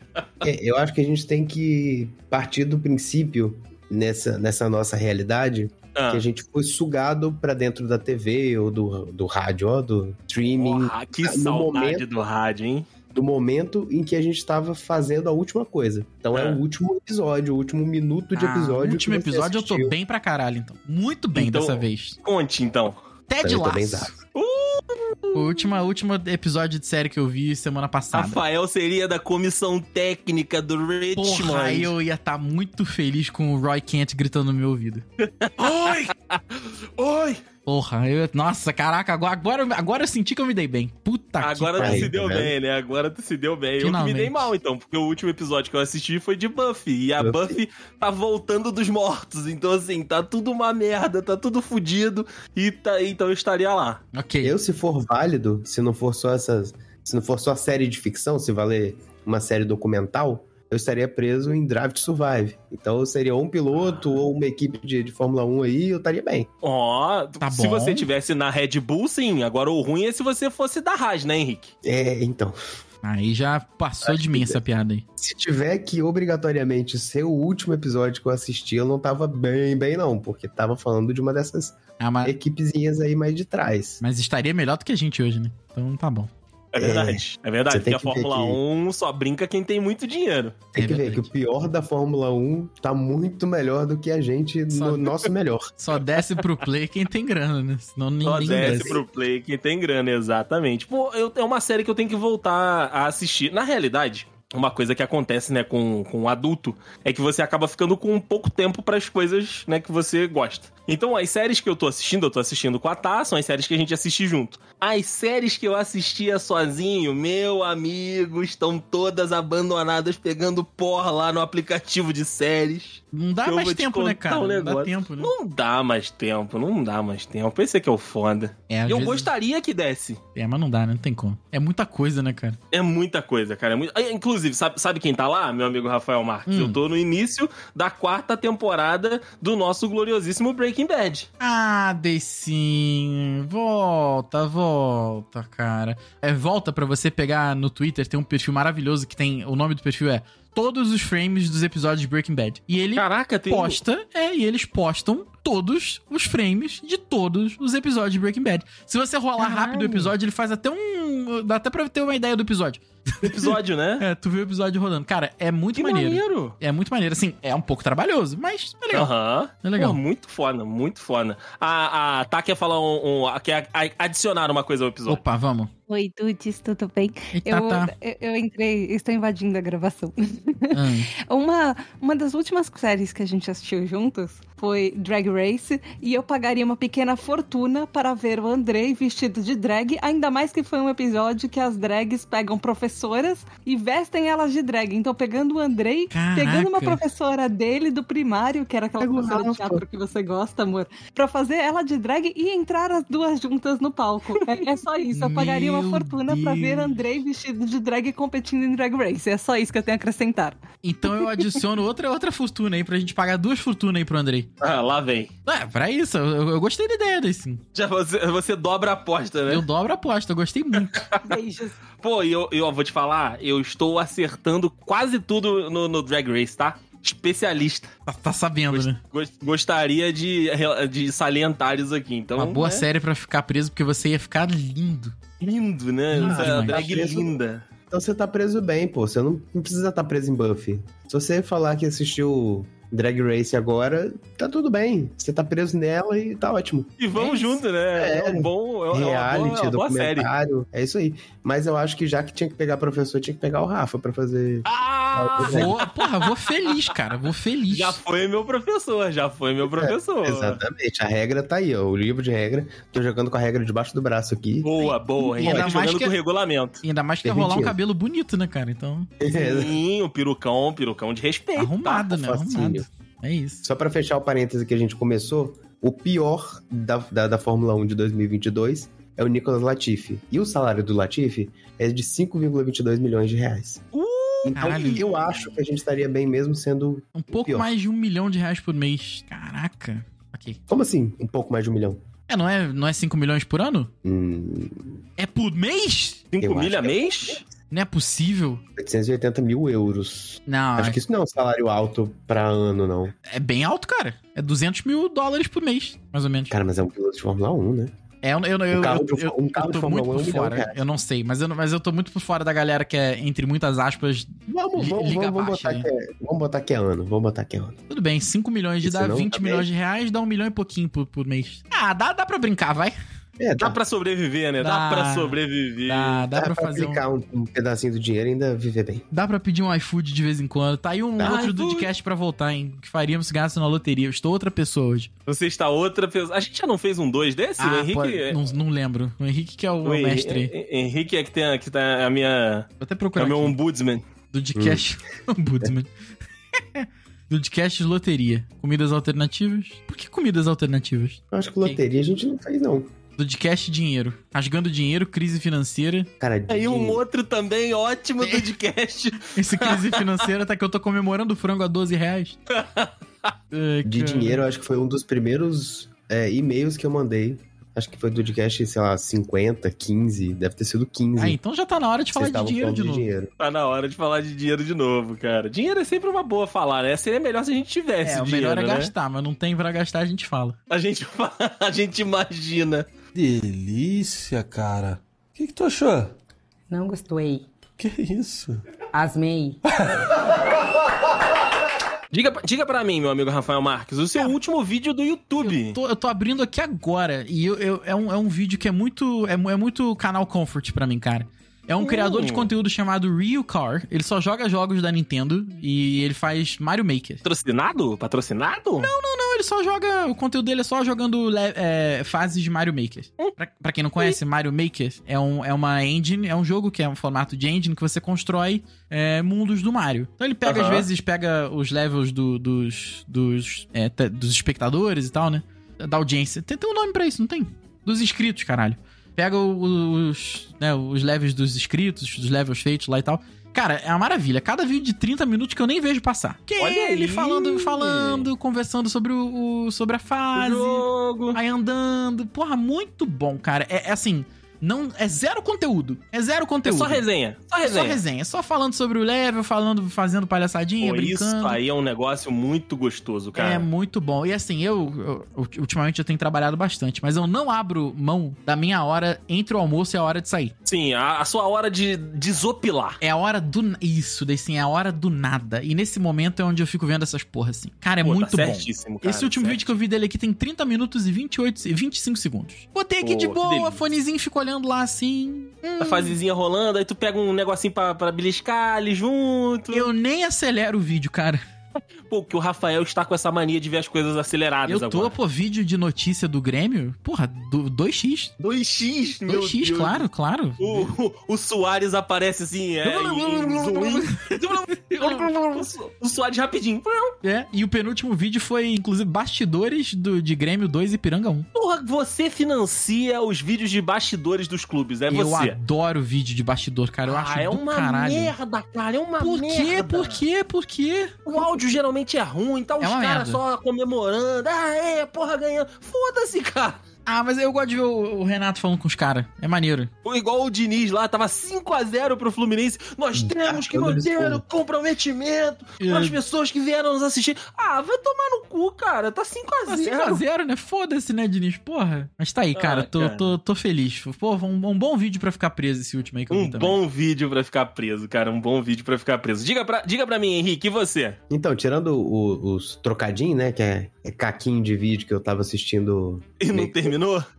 [SPEAKER 4] É, eu acho que a gente tem que partir do princípio nessa, nessa nossa realidade
[SPEAKER 3] Ah,
[SPEAKER 4] que é a gente foi sugado pra dentro da TV ou do, do rádio, ó, do streaming,
[SPEAKER 3] porra, que
[SPEAKER 4] no
[SPEAKER 3] saudade
[SPEAKER 4] momento-
[SPEAKER 3] do rádio, hein?
[SPEAKER 4] do momento em que a gente tava fazendo a última coisa. Então é,
[SPEAKER 3] É.
[SPEAKER 4] o último episódio, o último minuto de
[SPEAKER 2] Ah,
[SPEAKER 4] episódio.
[SPEAKER 2] último
[SPEAKER 4] que você
[SPEAKER 2] episódio eu tô
[SPEAKER 4] assistiu.
[SPEAKER 2] bem pra caralho, então. Muito bem
[SPEAKER 3] Então-
[SPEAKER 2] dessa vez.
[SPEAKER 3] Conte, então.
[SPEAKER 2] Ted
[SPEAKER 4] Eu tô bem
[SPEAKER 2] Lasso. O último, último episódio de série que eu vi semana passada.
[SPEAKER 3] Rafael seria da comissão técnica do Richmond.
[SPEAKER 2] Porra, aí eu ia estar muito feliz com o Roy Kent gritando no meu ouvido.
[SPEAKER 5] Oi!
[SPEAKER 3] Oi!
[SPEAKER 2] Porra, eu, nossa, caraca, agora, agora, agora eu senti que eu me dei bem. Puta
[SPEAKER 3] Agora
[SPEAKER 2] que
[SPEAKER 3] tu
[SPEAKER 4] pariu,
[SPEAKER 3] se deu
[SPEAKER 4] tá vendo?
[SPEAKER 3] bem, né? Agora tu se deu bem. Eu que
[SPEAKER 2] Finalmente.
[SPEAKER 3] me dei mal, então, porque o último episódio que eu assisti foi de Buffy. E a Buffy,
[SPEAKER 4] Buffy.
[SPEAKER 3] tá voltando dos mortos. Então, assim, tá tudo uma merda, tá tudo fudido. E tá, então eu estaria lá.
[SPEAKER 2] Ok.
[SPEAKER 4] Eu, se for válido, se não for só essas. Se não for só série de ficção, se valer uma série documental, eu estaria preso em Drive to Survive. Então eu seria ou um piloto ou uma equipe de, de Fórmula 1 aí, eu estaria bem.
[SPEAKER 3] Ó,
[SPEAKER 2] Tá
[SPEAKER 3] se
[SPEAKER 2] bom.
[SPEAKER 3] você tivesse na Red Bull, sim. Agora o ruim é se você fosse da Haas, né, Henrique?
[SPEAKER 4] É, então.
[SPEAKER 2] Aí já passou de mim essa piada aí.
[SPEAKER 4] Se tiver que obrigatoriamente ser o último episódio que eu assisti, eu não tava bem, bem não, porque tava falando de uma dessas
[SPEAKER 2] Ah, mas,
[SPEAKER 4] equipezinhas aí mais de trás.
[SPEAKER 2] mas estaria melhor do que a gente hoje, né? Então tá bom.
[SPEAKER 3] É verdade. É, verdade,
[SPEAKER 4] Você tem
[SPEAKER 3] porque a
[SPEAKER 4] que ver
[SPEAKER 3] Fórmula
[SPEAKER 4] que-
[SPEAKER 3] 1 só brinca quem tem muito dinheiro.
[SPEAKER 4] Tem
[SPEAKER 2] É
[SPEAKER 4] que ver
[SPEAKER 2] verdade.
[SPEAKER 4] que o pior da Fórmula 1 tá muito melhor do que a gente
[SPEAKER 2] Só-
[SPEAKER 3] *laughs*
[SPEAKER 4] no nosso melhor.
[SPEAKER 2] Só desce pro play quem tem grana, né? Senão nem,
[SPEAKER 3] Só
[SPEAKER 2] nem
[SPEAKER 3] desce
[SPEAKER 2] desce.
[SPEAKER 3] pro play quem tem grana, exatamente. Pô, eu, é uma série que eu tenho que voltar a assistir. Na realidade, uma coisa que acontece, né, com, com um adulto, é que você acaba ficando com pouco tempo pras coisas, né, que você gosta. Então, as séries que eu tô assistindo, eu tô assistindo com a Tá, são as séries que a gente assiste junto. As séries que eu assistia sozinho, meu amigo, estão todas abandonadas, pegando porra lá no aplicativo de séries.
[SPEAKER 2] Não dá
[SPEAKER 3] Eu
[SPEAKER 2] mais
[SPEAKER 3] vou te
[SPEAKER 2] tempo, né,
[SPEAKER 3] contar
[SPEAKER 2] cara? não
[SPEAKER 3] um
[SPEAKER 2] dá
[SPEAKER 3] negócio.
[SPEAKER 2] tempo, né?
[SPEAKER 3] Não dá mais tempo, não dá mais tempo. Esse é que é o foda.
[SPEAKER 2] É, às
[SPEAKER 3] E eu
[SPEAKER 2] vezes-
[SPEAKER 3] gostaria que desse.
[SPEAKER 2] É, mas não dá, né? Não tem como. É muita coisa, né, cara?
[SPEAKER 3] É muita coisa, cara. É muito- Ah, Inclusive, sabe, sabe quem tá lá? Meu amigo Rafael Marques.
[SPEAKER 2] Hum.
[SPEAKER 3] Eu tô no início da quarta temporada do nosso gloriosíssimo Breaking Bad.
[SPEAKER 2] Ah, Deicinho, volta, volta, cara. É, volta pra você pegar no Twitter, tem um perfil maravilhoso que tem, o nome do perfil é Todos os Frames dos Episódios de Breaking Bad. E ele
[SPEAKER 3] Caraca, tem. um
[SPEAKER 2] posta, é, e eles postam todos os frames de todos os episódios de Breaking Bad. Se você rolar
[SPEAKER 6] Caralho.
[SPEAKER 2] rápido o episódio, ele faz até um, dá até pra ter uma ideia do episódio.
[SPEAKER 3] episódio, né?
[SPEAKER 2] *laughs* É, tu vê o episódio rodando. Cara, é muito
[SPEAKER 3] Que
[SPEAKER 2] maneiro.
[SPEAKER 3] maneiro.
[SPEAKER 2] É muito maneiro, assim, é um pouco trabalhoso, mas é legal.
[SPEAKER 3] Aham.
[SPEAKER 2] É legal.
[SPEAKER 3] Pô, muito foda, muito foda. A, a Tá quer falar um. um- quer a- adicionar uma coisa ao episódio.
[SPEAKER 2] Opa, vamos.
[SPEAKER 6] Oi, Dudes, tudo bem?
[SPEAKER 2] Eita,
[SPEAKER 6] Eu, *laughs*
[SPEAKER 2] tá.
[SPEAKER 6] eu, eu entrei, estou invadindo a gravação. *laughs*
[SPEAKER 2] Hum.
[SPEAKER 6] Uma, uma das últimas séries que a gente assistiu juntos foi Drag Race, e eu pagaria uma pequena fortuna para ver o Andrei vestido de drag, ainda mais que foi um episódio que as drags pegam professoras e vestem elas de drag. Então, pegando o Andrei,
[SPEAKER 2] Caraca.
[SPEAKER 6] pegando uma professora dele do primário, que era aquela
[SPEAKER 4] Pega o
[SPEAKER 6] professora de
[SPEAKER 4] Rafa.
[SPEAKER 6] teatro que você gosta, amor, pra fazer ela de drag e entrar as duas juntas no palco. É, é só isso. Eu pagaria uma
[SPEAKER 2] Meu
[SPEAKER 6] fortuna pra ver
[SPEAKER 2] Deus.
[SPEAKER 6] Andrei vestido de drag competindo em Drag Race. É só isso que eu tenho a acrescentar.
[SPEAKER 2] Então eu adiciono outra, outra fortuna aí pra gente pagar duas fortunas aí pro Andrei.
[SPEAKER 3] Ah, lá vem.
[SPEAKER 2] É, pra isso, eu, eu gostei da ideia desse.
[SPEAKER 3] Já você, você dobra a aposta, né?
[SPEAKER 2] Eu dobro a aposta, eu gostei muito.
[SPEAKER 6] Beijos.
[SPEAKER 3] Pô, e eu, eu vou te falar, eu estou acertando quase tudo no, no Drag Race, tá? Especialista.
[SPEAKER 2] Tá, tá sabendo, né?
[SPEAKER 3] Gos- Gostaria de, de salientar isso aqui. Então,
[SPEAKER 2] Uma boa
[SPEAKER 3] né?
[SPEAKER 2] série pra ficar preso, porque você ia ficar lindo.
[SPEAKER 3] Lindo, né?
[SPEAKER 2] Lindo
[SPEAKER 3] Essa
[SPEAKER 2] Ah, demais.
[SPEAKER 3] drag
[SPEAKER 4] Tá preso-
[SPEAKER 3] linda.
[SPEAKER 4] Então você tá preso bem, pô. Você não, não precisa estar preso em buff. Se você falar que assistiu Drag Race agora, tá tudo bem. Você tá preso nela e tá ótimo.
[SPEAKER 3] E vamos
[SPEAKER 2] É isso.
[SPEAKER 3] junto, né? É,
[SPEAKER 4] É.
[SPEAKER 3] um bom. É uma boa, é uma
[SPEAKER 4] Reality,
[SPEAKER 3] boa, série.
[SPEAKER 4] documentário, é isso aí. Mas eu acho que já que tinha que pegar professor, tinha que pegar o Rafa pra fazer.
[SPEAKER 3] Ah,
[SPEAKER 4] Ah!
[SPEAKER 2] Vou, porra, vou feliz, cara. Vou feliz.
[SPEAKER 3] Já foi meu professor, já foi meu professor.
[SPEAKER 4] É, Exatamente, a regra tá aí, ó. O livro de regra. Tô jogando com a regra debaixo do braço aqui.
[SPEAKER 3] Boa, boa.
[SPEAKER 2] Ainda
[SPEAKER 3] Ainda tá
[SPEAKER 2] mais
[SPEAKER 3] jogando
[SPEAKER 2] que- é-
[SPEAKER 3] com o regulamento.
[SPEAKER 2] Ainda mais que ia
[SPEAKER 4] Permitido.
[SPEAKER 2] rolar um cabelo bonito, né, cara? Então,
[SPEAKER 4] É.
[SPEAKER 3] Sim, o perucão, perucão de respeito. tá?
[SPEAKER 2] arrumado, né?
[SPEAKER 4] facinho.
[SPEAKER 2] Arrumado. É isso.
[SPEAKER 4] *laughs* Só pra fechar o parêntese que a gente começou, o pior da, da, da Fórmula 1 de 2022 é o Nicolas Latifi. E o salário do Latifi é de 5,22 milhões de reais. então
[SPEAKER 2] Caralho.
[SPEAKER 4] eu acho que a gente estaria bem mesmo sendo...
[SPEAKER 2] Um pouco
[SPEAKER 4] pior.
[SPEAKER 2] mais de um milhão de reais por mês. Caraca. Ok.
[SPEAKER 4] Como assim? Um pouco mais de um milhão?
[SPEAKER 2] É, não é, não é 5 milhões por ano?
[SPEAKER 4] Hum,
[SPEAKER 2] É por mês?
[SPEAKER 4] Eu
[SPEAKER 3] 5
[SPEAKER 4] acho
[SPEAKER 3] milha
[SPEAKER 4] que é-
[SPEAKER 3] mês?
[SPEAKER 2] Não é possível.
[SPEAKER 4] 880 mil euros.
[SPEAKER 2] Não,
[SPEAKER 4] Acho que isso não é um salário alto pra ano, não.
[SPEAKER 2] é bem alto, cara. É 200 mil dólares por mês, mais ou menos.
[SPEAKER 4] Cara, mas é um piloto de Fórmula 1, né?
[SPEAKER 2] É, eu, eu, eu,
[SPEAKER 4] um carro,
[SPEAKER 2] eu,
[SPEAKER 4] de,
[SPEAKER 2] eu,
[SPEAKER 4] um carro
[SPEAKER 2] eu
[SPEAKER 4] de
[SPEAKER 2] tô
[SPEAKER 4] Fórmula
[SPEAKER 2] muito
[SPEAKER 4] 1 é um
[SPEAKER 2] por
[SPEAKER 4] milhão de
[SPEAKER 2] fora.
[SPEAKER 4] reais.
[SPEAKER 2] Eu não sei, mas eu, não- mas eu tô muito por fora da galera que é, entre muitas aspas...
[SPEAKER 4] Vamos,
[SPEAKER 2] Li-
[SPEAKER 4] vamos,
[SPEAKER 2] liga
[SPEAKER 4] vamos, vamos
[SPEAKER 2] abaixo,
[SPEAKER 4] botar
[SPEAKER 2] né?
[SPEAKER 4] que é, vamos botar que é ano. Vamos botar que é ano.
[SPEAKER 2] Tudo bem, 5 milhões de
[SPEAKER 4] Isso
[SPEAKER 2] dar
[SPEAKER 4] não,
[SPEAKER 2] 20
[SPEAKER 4] tá bem.
[SPEAKER 2] milhões de reais, dá um milhão e pouquinho por, por mês. Ah, dá, dá pra brincar, vai.
[SPEAKER 4] É,
[SPEAKER 3] Dá
[SPEAKER 4] dá,
[SPEAKER 3] pra sobreviver, né? Dá,
[SPEAKER 2] Dá.
[SPEAKER 3] pra sobreviver.
[SPEAKER 2] Dá, dá
[SPEAKER 4] dá
[SPEAKER 2] pra
[SPEAKER 4] pra
[SPEAKER 2] fazer um...
[SPEAKER 4] aplicar um... um pedacinho do dinheiro e ainda viver bem.
[SPEAKER 2] Dá pra pedir um iFood de vez em quando. Tá aí um
[SPEAKER 4] Dá.
[SPEAKER 2] outro
[SPEAKER 3] iFood.
[SPEAKER 2] podcast pra voltar, hein? O que faríamos se ganhasse na loteria? Eu estou outra pessoa hoje. Ah,
[SPEAKER 3] Você está outra pessoa. A gente já não fez um dois desse? o Henrique.
[SPEAKER 2] pode-
[SPEAKER 3] é-
[SPEAKER 2] não, não lembro. O Henrique que é o,
[SPEAKER 3] o Hen-
[SPEAKER 2] mestre. aí.
[SPEAKER 3] Hen- Henrique é que, tem a, que tá a minha.
[SPEAKER 2] Vou até
[SPEAKER 3] É
[SPEAKER 2] procurar
[SPEAKER 3] o meu
[SPEAKER 2] aqui.
[SPEAKER 3] ombudsman.
[SPEAKER 2] Do
[SPEAKER 4] Hum.
[SPEAKER 2] *laughs* podcast Ombudsman. *laughs* Do podcast de loteria. Comidas alternativas. Por que comidas alternativas?
[SPEAKER 4] Eu acho que loteria a gente não faz, não.
[SPEAKER 2] Do podcast dinheiro. Rasgando dinheiro, crise financeira. *laughs*
[SPEAKER 4] Cara,
[SPEAKER 3] Aí um
[SPEAKER 4] dinheiro-
[SPEAKER 3] outro também ótimo do podcast.
[SPEAKER 2] Esse crise financeira tá que eu tô comemorando o frango a 12
[SPEAKER 4] *laughs*
[SPEAKER 2] reais. Ai,
[SPEAKER 4] de
[SPEAKER 2] cara.
[SPEAKER 4] dinheiro, eu acho que foi um dos primeiros é, e-mails que eu mandei. Acho que foi do podcast, sei lá, 50, 15, deve ter sido 15.
[SPEAKER 2] Ah, então já tá na hora de
[SPEAKER 4] Vocês
[SPEAKER 2] falar de
[SPEAKER 4] estavam
[SPEAKER 2] dinheiro
[SPEAKER 4] falando
[SPEAKER 2] de novo.
[SPEAKER 4] dinheiro.
[SPEAKER 3] *laughs* Tá na hora de falar de dinheiro de novo, cara. Dinheiro é sempre uma boa falar, né? Seria melhor se a gente tivesse
[SPEAKER 2] É, o
[SPEAKER 3] dinheiro,
[SPEAKER 2] melhor é
[SPEAKER 3] né?
[SPEAKER 2] gastar, mas não tem pra gastar, a gente fala.
[SPEAKER 3] A gente, *laughs* fala- a gente imagina.
[SPEAKER 5] Delícia, cara. O que, que tu achou?
[SPEAKER 7] Não gostei.
[SPEAKER 5] Que isso?
[SPEAKER 7] Asmei.
[SPEAKER 3] Diga, diga para mim, meu amigo Rafael Marques, o seu
[SPEAKER 2] Ah.
[SPEAKER 3] último vídeo do YouTube.
[SPEAKER 2] Eu tô, eu tô abrindo aqui agora e eu, eu- é, um, é um vídeo que é muito é, mu- é muito canal comfort pra mim, cara. É um
[SPEAKER 3] Hum.
[SPEAKER 2] criador de conteúdo chamado Ryu Car. Ele só joga jogos da Nintendo e ele faz Mario Maker.
[SPEAKER 3] Patrocinado? Patrocinado? Não,
[SPEAKER 2] Não, ele só joga. O conteúdo dele é só jogando le- é, fases de Mario Maker.
[SPEAKER 3] Hum.
[SPEAKER 2] Pra, pra quem não conhece, Mario Maker é, um, é uma engine, é um jogo que é um formato de engine que você constrói é, mundos do Mario. Então ele pega, às
[SPEAKER 3] Aham.
[SPEAKER 2] vezes, pega os levels do- dos, dos, é, te- dos espectadores e tal, né? Da audiência. Tem, tem um nome pra isso, não tem? Dos inscritos, caralho. Pega o- os, né, os levels dos inscritos, dos levels feitos lá e tal. Cara, é uma maravilha. Cada vídeo de 30 minutos que eu nem vejo passar. Que
[SPEAKER 3] Olha
[SPEAKER 2] ele
[SPEAKER 3] aí.
[SPEAKER 2] falando, falando, conversando sobre o, o- sobre a fase,
[SPEAKER 3] jogo.
[SPEAKER 2] aí andando. Porra, muito bom, cara. É, é assim, não é zero conteúdo. É zero
[SPEAKER 3] É
[SPEAKER 2] conteúdo.
[SPEAKER 3] só resenha. Só
[SPEAKER 2] É só
[SPEAKER 3] resenha.
[SPEAKER 2] resenha. É só falando sobre o level, falando, fazendo palhaçadinha,
[SPEAKER 3] Pô,
[SPEAKER 2] brincando.
[SPEAKER 3] isso aí é um negócio muito gostoso, cara.
[SPEAKER 2] É muito bom. E assim, eu, eu- ultimamente eu tenho trabalhado bastante, mas eu não abro mão da minha hora entre o almoço e a hora de sair.
[SPEAKER 3] Sim, a, a sua hora de desopilar.
[SPEAKER 2] É a hora do. Isso, daí sim, é a hora do nada. E nesse momento é onde eu fico vendo essas porras assim. Cara, é
[SPEAKER 3] Pô, tá
[SPEAKER 2] muito bom.
[SPEAKER 3] certíssimo, cara,
[SPEAKER 2] Esse último
[SPEAKER 3] certo.
[SPEAKER 2] vídeo que eu vi dele aqui tem 30 minutos e 28, e 25 segundos. Botei aqui
[SPEAKER 3] Pô,
[SPEAKER 2] de
[SPEAKER 3] que
[SPEAKER 2] boa,
[SPEAKER 3] delícia.
[SPEAKER 2] fonezinho, fico olhando lá assim.
[SPEAKER 3] A fasezinha rolando, aí tu pega um negocinho pra, pra beliscar ali junto.
[SPEAKER 2] Eu nem acelero o vídeo, cara.
[SPEAKER 3] Pô, que o Rafael está com essa mania de ver as coisas aceleradas
[SPEAKER 2] Eu tô,
[SPEAKER 3] agora.
[SPEAKER 2] pô, vídeo de notícia do Grêmio. Porra, do- 2x.
[SPEAKER 3] 2x, meu
[SPEAKER 2] 2x,
[SPEAKER 3] Deus.
[SPEAKER 2] claro, claro.
[SPEAKER 3] O, o, o Soares aparece assim, é, em- em zoom. O Su- o Soares rapidinho.
[SPEAKER 2] É, e o penúltimo vídeo foi, inclusive, bastidores do, de Grêmio 2 e Piranga 1.
[SPEAKER 3] Porra, você financia os vídeos de bastidores dos clubes, é
[SPEAKER 2] Eu
[SPEAKER 3] você.
[SPEAKER 2] adoro vídeo de bastidor, cara. Eu acho
[SPEAKER 3] ah, é
[SPEAKER 2] do
[SPEAKER 3] uma
[SPEAKER 2] caralho.
[SPEAKER 3] merda, cara, é uma
[SPEAKER 2] Por quê?
[SPEAKER 3] merda.
[SPEAKER 2] Por quê? Por quê?
[SPEAKER 3] O áudio geralmente é ruim, tá os
[SPEAKER 2] É uma
[SPEAKER 3] caras
[SPEAKER 2] merda.
[SPEAKER 3] só comemorando. Ah, é, porra, ganhando. Foda-se, cara.
[SPEAKER 2] Ah, mas eu gosto de ver o, o Renato falando com os caras. É maneiro.
[SPEAKER 3] Foi igual o Diniz lá, tava 5x0 pro Fluminense. Nós
[SPEAKER 4] Hum,
[SPEAKER 3] temos que
[SPEAKER 4] quando eles
[SPEAKER 3] manter
[SPEAKER 4] foram.
[SPEAKER 3] o comprometimento com
[SPEAKER 4] É.
[SPEAKER 3] as pessoas que vieram nos assistir. Ah, vai tomar no cu, cara. Tá 5x0.
[SPEAKER 2] 5x0, né? Foda-se, né, Diniz? Porra. Mas tá aí, cara.
[SPEAKER 3] Ah,
[SPEAKER 2] tô,
[SPEAKER 3] cara.
[SPEAKER 2] Tô, tô feliz. Pô, foi um, um bom vídeo pra ficar preso esse último aí que eu vi
[SPEAKER 3] Um
[SPEAKER 2] também.
[SPEAKER 3] bom vídeo pra ficar preso, cara. Um bom vídeo pra ficar preso. Diga pra, diga pra mim, Henrique, e você?
[SPEAKER 4] Então, tirando o- os trocadinhos, né? Que é, é caquinho de vídeo que eu tava assistindo
[SPEAKER 3] E não
[SPEAKER 4] Meio-
[SPEAKER 3] terminou?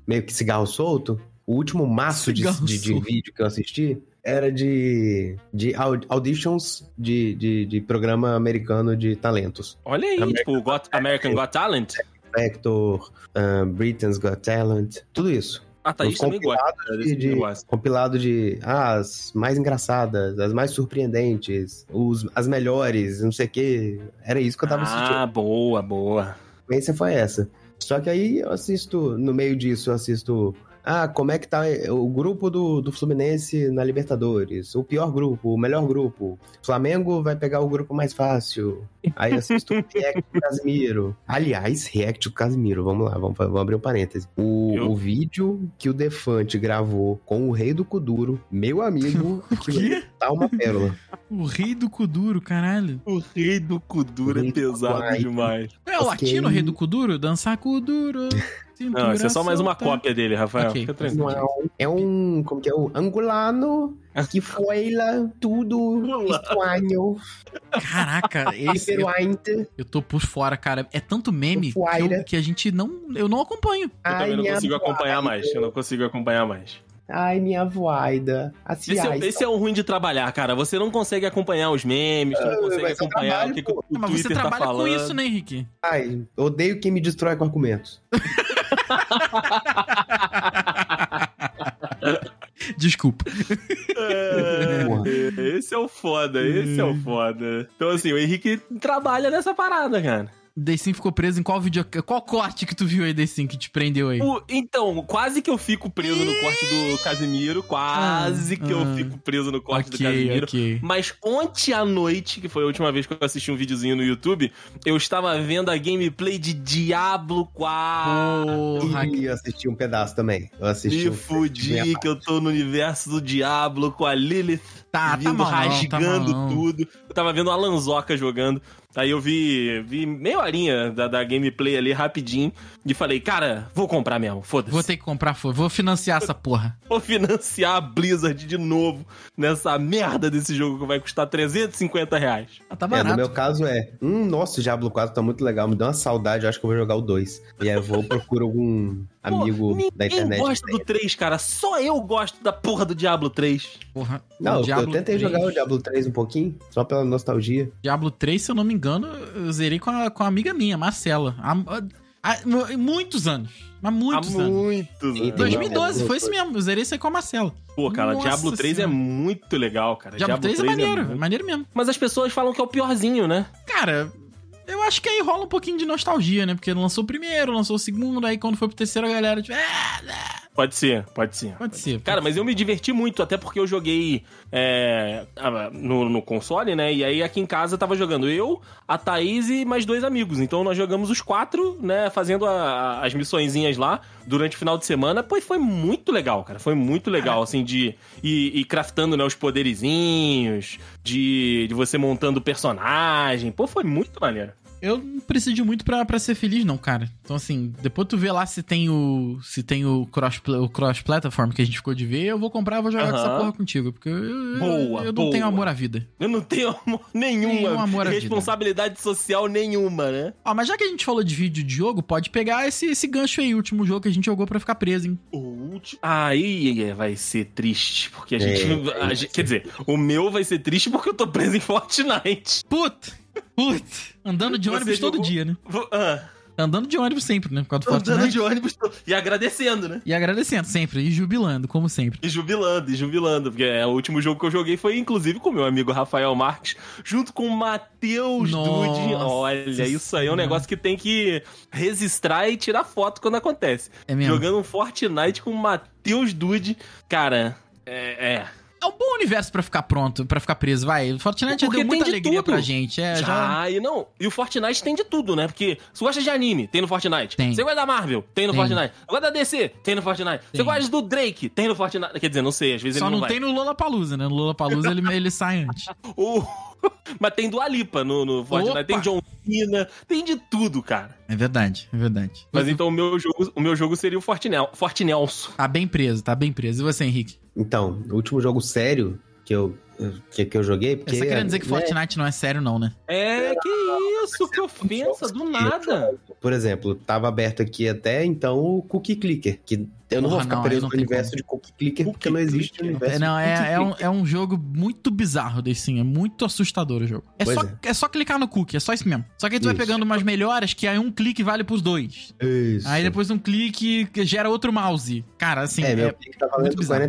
[SPEAKER 4] meio que cigarro solto. O último maço de,
[SPEAKER 2] Cigarro
[SPEAKER 4] de- de
[SPEAKER 2] solto.
[SPEAKER 4] vídeo que eu assisti era de, de au- auditions de, de, de programa americano de talentos.
[SPEAKER 3] Olha aí,
[SPEAKER 4] American
[SPEAKER 3] tipo, Got, American Got Talent.
[SPEAKER 4] Vector, ah, Britain's Got Talent, tudo isso.
[SPEAKER 3] Ah, tá,
[SPEAKER 4] Os
[SPEAKER 3] isso também gosta. cara, desse
[SPEAKER 4] de- de-
[SPEAKER 3] negócio.
[SPEAKER 4] Compilado de ah, as mais engraçadas, as mais surpreendentes, os, as melhores, não sei o quê. Era isso que eu tava assistindo.
[SPEAKER 3] Ah, boa, boa.
[SPEAKER 4] A sequência foi essa. Só que aí eu assisto, no meio disso, eu assisto. Ah, como é que tá o grupo do, do Fluminense na Libertadores? O pior grupo, o melhor grupo. Flamengo vai pegar o grupo mais fácil. Aí assisto o React do Casimiro. Aliás, React do Casimiro, vamos lá, vamos, vamos abrir um parêntese. O,
[SPEAKER 3] Eu-
[SPEAKER 4] o vídeo que o Defante gravou com o Rei do Kuduro, meu amigo, aquilo
[SPEAKER 2] quê?
[SPEAKER 4] ali tá uma pérola.
[SPEAKER 2] O rei do Kuduro, caralho.
[SPEAKER 3] O rei do Kuduro é
[SPEAKER 4] Rei do
[SPEAKER 3] pesado
[SPEAKER 4] Kuduro.
[SPEAKER 3] demais.
[SPEAKER 2] Não é o
[SPEAKER 4] Fiquei-
[SPEAKER 2] latino rei do Kuduro? Dançar Kuduro. cintura
[SPEAKER 3] *laughs* Não, isso é só mais uma
[SPEAKER 2] solta.
[SPEAKER 3] cópia dele, Rafael.
[SPEAKER 2] Ok.
[SPEAKER 3] Fica
[SPEAKER 4] Não
[SPEAKER 3] tranquilo.
[SPEAKER 4] é um- é um. Como que é? O angolano que foi lá tudo.
[SPEAKER 3] Angolano. Ah,
[SPEAKER 4] Espanhol.
[SPEAKER 2] Caraca,
[SPEAKER 3] *laughs*
[SPEAKER 2] esse, eu,
[SPEAKER 4] peruante,
[SPEAKER 2] eu tô por fora, cara. É tanto meme que, eu-
[SPEAKER 4] Fuaira.
[SPEAKER 2] que a gente não. Eu não acompanho.
[SPEAKER 3] Eu
[SPEAKER 4] Ai,
[SPEAKER 3] também não
[SPEAKER 4] minha
[SPEAKER 3] consigo acompanhar
[SPEAKER 4] voaida.
[SPEAKER 3] mais. Eu não consigo acompanhar mais.
[SPEAKER 4] Ai, minha voaida. Assim,
[SPEAKER 3] Esse é,
[SPEAKER 4] ai,
[SPEAKER 3] esse é o ruim de trabalhar, cara. Você não consegue acompanhar os memes, você não consegue
[SPEAKER 4] Ah, mas eu
[SPEAKER 3] acompanhar
[SPEAKER 4] trabalho,
[SPEAKER 3] o que, que o
[SPEAKER 4] pô.
[SPEAKER 2] Ah, mas você
[SPEAKER 3] Twitter tá
[SPEAKER 2] trabalha
[SPEAKER 3] falando.
[SPEAKER 2] com isso, né, Henrique?
[SPEAKER 4] ai, odeio quem me destrói com argumentos.
[SPEAKER 2] Desculpa.
[SPEAKER 3] É, esse é o foda, esse é o foda. Então, assim, o Henrique trabalha nessa parada, cara.
[SPEAKER 2] Daysim ficou preso em qual vídeo? Qual corte que tu viu aí, Daysim, que te prendeu aí?
[SPEAKER 3] O- então, quase que eu fico preso no corte do Casimiro. Quase que
[SPEAKER 2] ah.
[SPEAKER 3] eu fico preso no corte do
[SPEAKER 2] Ok,
[SPEAKER 3] Casimiro.
[SPEAKER 2] ok.
[SPEAKER 3] Mas ontem à noite, que foi a última vez que eu assisti um videozinho no YouTube, eu estava vendo a gameplay de Diablo 4.
[SPEAKER 2] Porra,
[SPEAKER 4] e eu assisti um pedaço também. Eu assisti
[SPEAKER 3] Me
[SPEAKER 4] um...
[SPEAKER 3] fudi que eu tô no universo do Diablo com a Lilith
[SPEAKER 2] tá, tá
[SPEAKER 3] vindo
[SPEAKER 2] mal, não, tá mal,
[SPEAKER 3] rasgando
[SPEAKER 2] não.
[SPEAKER 3] tudo. Eu tava vendo a Lanzoca jogando. Aí eu vi, vi meia horinha da, da gameplay ali rapidinho e falei, cara, vou comprar mesmo, foda-se.
[SPEAKER 2] Vou ter que comprar, foi. Vou financiar essa porra.
[SPEAKER 3] *laughs* Vou financiar a Blizzard de novo nessa merda desse jogo que vai custar 350 reais.
[SPEAKER 2] Ah, tá
[SPEAKER 4] É, no
[SPEAKER 2] barato.
[SPEAKER 4] meu caso é, hum, nossa, o Diablo 4 tá muito legal, me deu uma saudade, eu acho que eu vou jogar o 2. E aí eu vou procurar algum amigo
[SPEAKER 3] Pô,
[SPEAKER 4] da internet.
[SPEAKER 3] Ninguém gosta do 3, cara. Só eu gosto da porra do Diablo 3.
[SPEAKER 2] Porra.
[SPEAKER 4] Não, eu- eu tentei
[SPEAKER 2] 3.
[SPEAKER 4] jogar o Diablo 3 um pouquinho, só pela nostalgia.
[SPEAKER 2] Diablo 3, se eu não me engano, eu zerei com a, com a amiga minha, Marcela. Há, há- há muitos anos. Há muitos
[SPEAKER 3] Há
[SPEAKER 2] anos.
[SPEAKER 3] muitos anos.
[SPEAKER 4] Então,
[SPEAKER 2] 2012,
[SPEAKER 4] não,
[SPEAKER 2] foi isso mesmo. Eu zerei isso aí com a Marcela.
[SPEAKER 3] Pô, cara,
[SPEAKER 2] Nossa
[SPEAKER 3] Diablo 3
[SPEAKER 2] Senhora.
[SPEAKER 3] é muito legal, cara.
[SPEAKER 2] Diablo 3 é maneiro, é
[SPEAKER 3] muito-
[SPEAKER 2] maneiro mesmo.
[SPEAKER 3] Mas as pessoas falam que é o piorzinho, né?
[SPEAKER 2] Cara, eu acho que aí rola um pouquinho de nostalgia, né? Porque lançou o primeiro, lançou o segundo, aí quando foi pro terceiro a galera, tipo, ah,
[SPEAKER 3] Pode ser, pode ser.
[SPEAKER 2] pode ser.
[SPEAKER 3] Cara, mas eu me diverti muito, até porque eu joguei é, ah, no, no console, né? E aí aqui em casa tava jogando eu, a Thaís e mais dois amigos. Então nós jogamos os quatro, né? Fazendo a- as missõezinhas lá durante o final de semana. Pois foi muito legal, cara. Foi muito legal, assim, de ir, ir craftando né, os poderizinhos, de, de você montando personagem. Pô, foi muito maneiro.
[SPEAKER 2] Eu não preciso de muito pra, pra ser feliz, não, cara. Então, assim, depois tu vê lá se tem o. se tem o cross, o cross platform que a gente ficou de ver, eu vou comprar e vou jogar com essa
[SPEAKER 3] Aham.
[SPEAKER 2] porra contigo. Porque eu, eu-
[SPEAKER 3] Boa,
[SPEAKER 2] eu não tenho
[SPEAKER 3] boa.
[SPEAKER 2] amor à vida.
[SPEAKER 3] Eu não tenho amor nenhuma,
[SPEAKER 2] Nenhum amor à vida.
[SPEAKER 3] responsabilidade social nenhuma, né?
[SPEAKER 2] Ó, mas já que a gente falou de vídeo de jogo, pode pegar esse, esse gancho aí, o último jogo que a gente jogou pra ficar preso, hein?
[SPEAKER 3] O último. Aí é, vai ser triste, porque a gente. a gente- quer dizer, o meu vai ser triste porque eu tô preso em Fortnite.
[SPEAKER 2] Puta! Puta! Andando de
[SPEAKER 3] Você
[SPEAKER 2] ônibus todo
[SPEAKER 3] jogou?
[SPEAKER 2] dia, né?
[SPEAKER 3] Vou- ah,
[SPEAKER 2] Andando de ônibus sempre, né? Por causa do
[SPEAKER 3] tô andando
[SPEAKER 2] Fortnite.
[SPEAKER 3] de ônibus tô- e agradecendo, né?
[SPEAKER 2] E agradecendo sempre, e jubilando, como sempre.
[SPEAKER 3] E jubilando, e jubilando, porque é, o último jogo que eu joguei foi inclusive com o meu amigo Rafael Marques, junto com o Matheus
[SPEAKER 2] Nossa
[SPEAKER 3] Dude. Olha, isso aí é um
[SPEAKER 2] Senhora.
[SPEAKER 3] negócio que tem que registrar e tirar foto quando acontece.
[SPEAKER 2] É mesmo.
[SPEAKER 3] Jogando um Fortnite com o Matheus Dude, cara, é. é.
[SPEAKER 2] É um bom universo pra ficar pronto, pra ficar preso, vai. Fortnite já
[SPEAKER 3] Porque
[SPEAKER 2] deu
[SPEAKER 3] tem
[SPEAKER 2] muita
[SPEAKER 3] de
[SPEAKER 2] alegria
[SPEAKER 3] tudo.
[SPEAKER 2] pra gente. É, já...
[SPEAKER 3] já, e não. E o Fortnite tem de tudo, né? Porque você gosta de anime, tem no Fortnite.
[SPEAKER 2] Tem.
[SPEAKER 3] Você gosta da Marvel, tem no
[SPEAKER 2] Tem.
[SPEAKER 3] Fortnite. Você gosta da DC, tem no Fortnite.
[SPEAKER 2] Tem.
[SPEAKER 3] Você gosta do Drake, tem no Fortnite. Quer dizer, não sei, às vezes
[SPEAKER 2] Só
[SPEAKER 3] ele
[SPEAKER 2] não,
[SPEAKER 3] não, vai.
[SPEAKER 2] tem no Lollapalooza, né? No Lollapalooza ele, ele sai antes.
[SPEAKER 3] O- *laughs* Mas tem do Alipa no, no Fortnite,
[SPEAKER 2] Opa!
[SPEAKER 3] tem John Cena, tem de tudo, cara.
[SPEAKER 2] É verdade, é verdade.
[SPEAKER 3] Mas então o meu jogo, o meu jogo seria o Fortinel, Fortinelso.
[SPEAKER 2] Tá bem preso, tá bem preso. E você, Henrique?
[SPEAKER 4] Então, o último jogo sério que eu, que, que eu joguei... Porque, é,
[SPEAKER 2] Você tá querendo dizer que
[SPEAKER 4] né,
[SPEAKER 2] Fortnite não é sério não, né?
[SPEAKER 3] É, que isso, que ofensa, do nada.
[SPEAKER 4] né, Por exemplo, tava aberto aqui até então o Cookie Clicker, que eu não
[SPEAKER 2] Porra,
[SPEAKER 4] vou ficar
[SPEAKER 2] não, aí
[SPEAKER 4] preso
[SPEAKER 2] não
[SPEAKER 4] no
[SPEAKER 2] tem
[SPEAKER 4] universo
[SPEAKER 2] como.
[SPEAKER 4] de Cookie Clicker, porque
[SPEAKER 3] Cookie
[SPEAKER 4] não existe
[SPEAKER 3] Clicker, não
[SPEAKER 4] universo
[SPEAKER 2] É, não,
[SPEAKER 4] de Cookie
[SPEAKER 2] é, é um,
[SPEAKER 4] Clicker.
[SPEAKER 2] é um jogo muito bizarro desse sim. É muito assustador o jogo. É
[SPEAKER 4] Pois
[SPEAKER 2] só, é. só clicar no cookie, é só isso mesmo. Só que aí tu vai
[SPEAKER 4] Isso.
[SPEAKER 2] pegando umas melhoras que aí um clique vale pros dois.
[SPEAKER 4] Isso.
[SPEAKER 2] Aí depois um clique gera outro mouse. Cara, assim,
[SPEAKER 4] é, meu
[SPEAKER 2] é-
[SPEAKER 4] clique tá
[SPEAKER 2] muito
[SPEAKER 4] valendo
[SPEAKER 2] bizarro.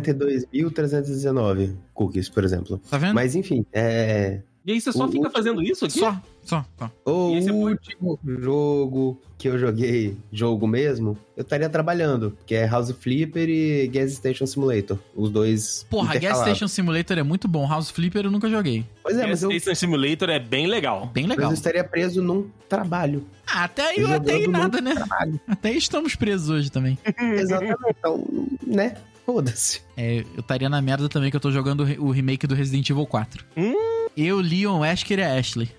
[SPEAKER 4] 42.319 cookies, por exemplo.
[SPEAKER 2] tá vendo?
[SPEAKER 4] Mas enfim, é.
[SPEAKER 3] E aí você só
[SPEAKER 4] O
[SPEAKER 3] fica
[SPEAKER 4] último-
[SPEAKER 3] fazendo isso aqui?
[SPEAKER 2] Só, só, só.
[SPEAKER 4] O
[SPEAKER 3] E
[SPEAKER 2] é
[SPEAKER 3] aí você pode-
[SPEAKER 4] último jogo que eu joguei, jogo mesmo, eu estaria trabalhando, que é House Flipper e Gas Station Simulator. Os dois.
[SPEAKER 2] Porra, Gas
[SPEAKER 4] intercalados.
[SPEAKER 2] Station Simulator é muito bom. House Flipper eu nunca joguei.
[SPEAKER 4] Pois é, mas eu,
[SPEAKER 3] Gas Station Simulator é bem legal.
[SPEAKER 2] Bem
[SPEAKER 4] mas eu
[SPEAKER 2] legal.
[SPEAKER 4] estaria preso num trabalho.
[SPEAKER 2] Ah, até aí,
[SPEAKER 4] eu
[SPEAKER 2] até aí
[SPEAKER 4] jogando
[SPEAKER 2] nada, né? *laughs* Até aí estamos presos hoje também.
[SPEAKER 4] Exatamente. Então, né? Foda-se.
[SPEAKER 2] É, eu estaria na merda também que eu tô jogando o re- o remake do Resident Evil 4.
[SPEAKER 3] Hum?
[SPEAKER 2] Eu, Leon, Wesker e a
[SPEAKER 3] *laughs*
[SPEAKER 2] Ashley.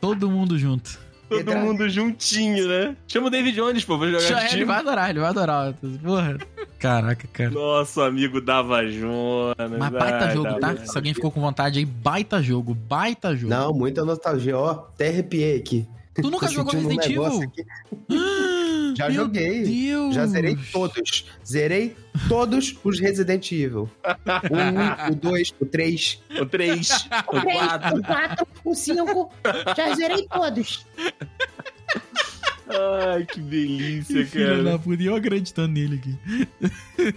[SPEAKER 2] Todo mundo junto.
[SPEAKER 3] Todo
[SPEAKER 4] Pedra-
[SPEAKER 3] mundo juntinho, né? Chama o David Jones, pô, pra jogar
[SPEAKER 2] Já,
[SPEAKER 3] de
[SPEAKER 2] é, ele
[SPEAKER 3] time.
[SPEAKER 2] vai adorar, ele vai adorar. Porra. Caraca, cara.
[SPEAKER 3] Nosso amigo Dava Jonas.
[SPEAKER 2] Mas baita
[SPEAKER 3] Ai,
[SPEAKER 2] jogo,
[SPEAKER 3] Dava
[SPEAKER 2] tá?
[SPEAKER 3] Jonas.
[SPEAKER 2] Se alguém ficou com vontade aí, baita jogo, baita jogo.
[SPEAKER 4] Não, muita nostalgia. Ó, até arrepiei aqui.
[SPEAKER 2] tu nunca
[SPEAKER 4] Tô
[SPEAKER 2] jogou
[SPEAKER 4] sentindo um
[SPEAKER 2] Resident
[SPEAKER 4] negócio
[SPEAKER 2] Evil?
[SPEAKER 4] aqui.
[SPEAKER 2] *gasps* Ah,
[SPEAKER 4] Já
[SPEAKER 2] meu
[SPEAKER 4] joguei.
[SPEAKER 2] Deus.
[SPEAKER 4] Já zerei todos. Zerei todos os Resident
[SPEAKER 2] *laughs*
[SPEAKER 4] Evil. Um, O 1, o 2, o 3.
[SPEAKER 8] *laughs*
[SPEAKER 3] O 3, o
[SPEAKER 8] Três,
[SPEAKER 3] 4.
[SPEAKER 8] o 4, o 5, já zerei todos.
[SPEAKER 3] Ai, que delícia,
[SPEAKER 2] Filha
[SPEAKER 3] cara.
[SPEAKER 2] da puta, e eu acreditando nele aqui.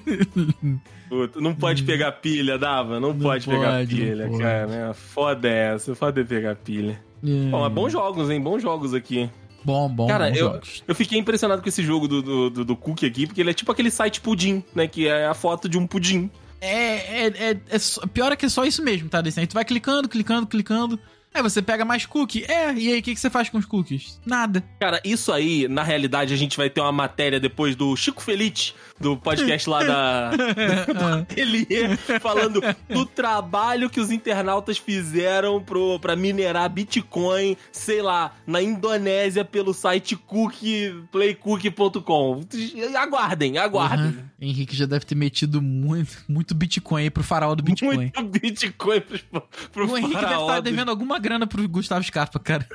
[SPEAKER 3] Puta, não pode pegar pilha, Dava. Não,
[SPEAKER 2] Não
[SPEAKER 3] pode, pegar
[SPEAKER 2] pode, não
[SPEAKER 3] pilha,
[SPEAKER 2] pode.
[SPEAKER 3] cara. Foda é essa. Foda é pegar pilha.
[SPEAKER 2] É.
[SPEAKER 3] Bom, mas bons jogos, hein? Bons jogos aqui.
[SPEAKER 2] Bom, bom,
[SPEAKER 3] Cara,
[SPEAKER 2] bons
[SPEAKER 3] eu-
[SPEAKER 2] jogos.
[SPEAKER 3] Eu fiquei impressionado com esse jogo do, do, do, do Cook aqui, porque ele é tipo aquele site pudim, né? Que é a foto de um pudim.
[SPEAKER 2] É, é, é, é só- pior é que é só isso mesmo, tá? Desse? Aí tu vai clicando, clicando, clicando. Aí você pega mais cookie. É, e aí, o que, que você faz com os cookies? *laughs* Nada.
[SPEAKER 3] Cara, isso aí, na realidade, a gente vai ter uma matéria depois do Chico Feliz, do podcast
[SPEAKER 2] *laughs*
[SPEAKER 3] lá da.
[SPEAKER 2] É,
[SPEAKER 3] Ele falando do trabalho que os internautas fizeram pro, pra minerar Bitcoin, sei lá, na Indonésia pelo site cookie, playcookie.com. Aguardem, aguardem.
[SPEAKER 2] Aham. Henrique já deve ter metido muito, muito Bitcoin aí pro farol do Bitcoin.
[SPEAKER 3] Muito Bitcoin pros, pro
[SPEAKER 2] o Henrique deve
[SPEAKER 3] faraó
[SPEAKER 2] estar
[SPEAKER 3] do-
[SPEAKER 2] devendo alguma grana pro Gustavo Scarpa, *laughs* cara.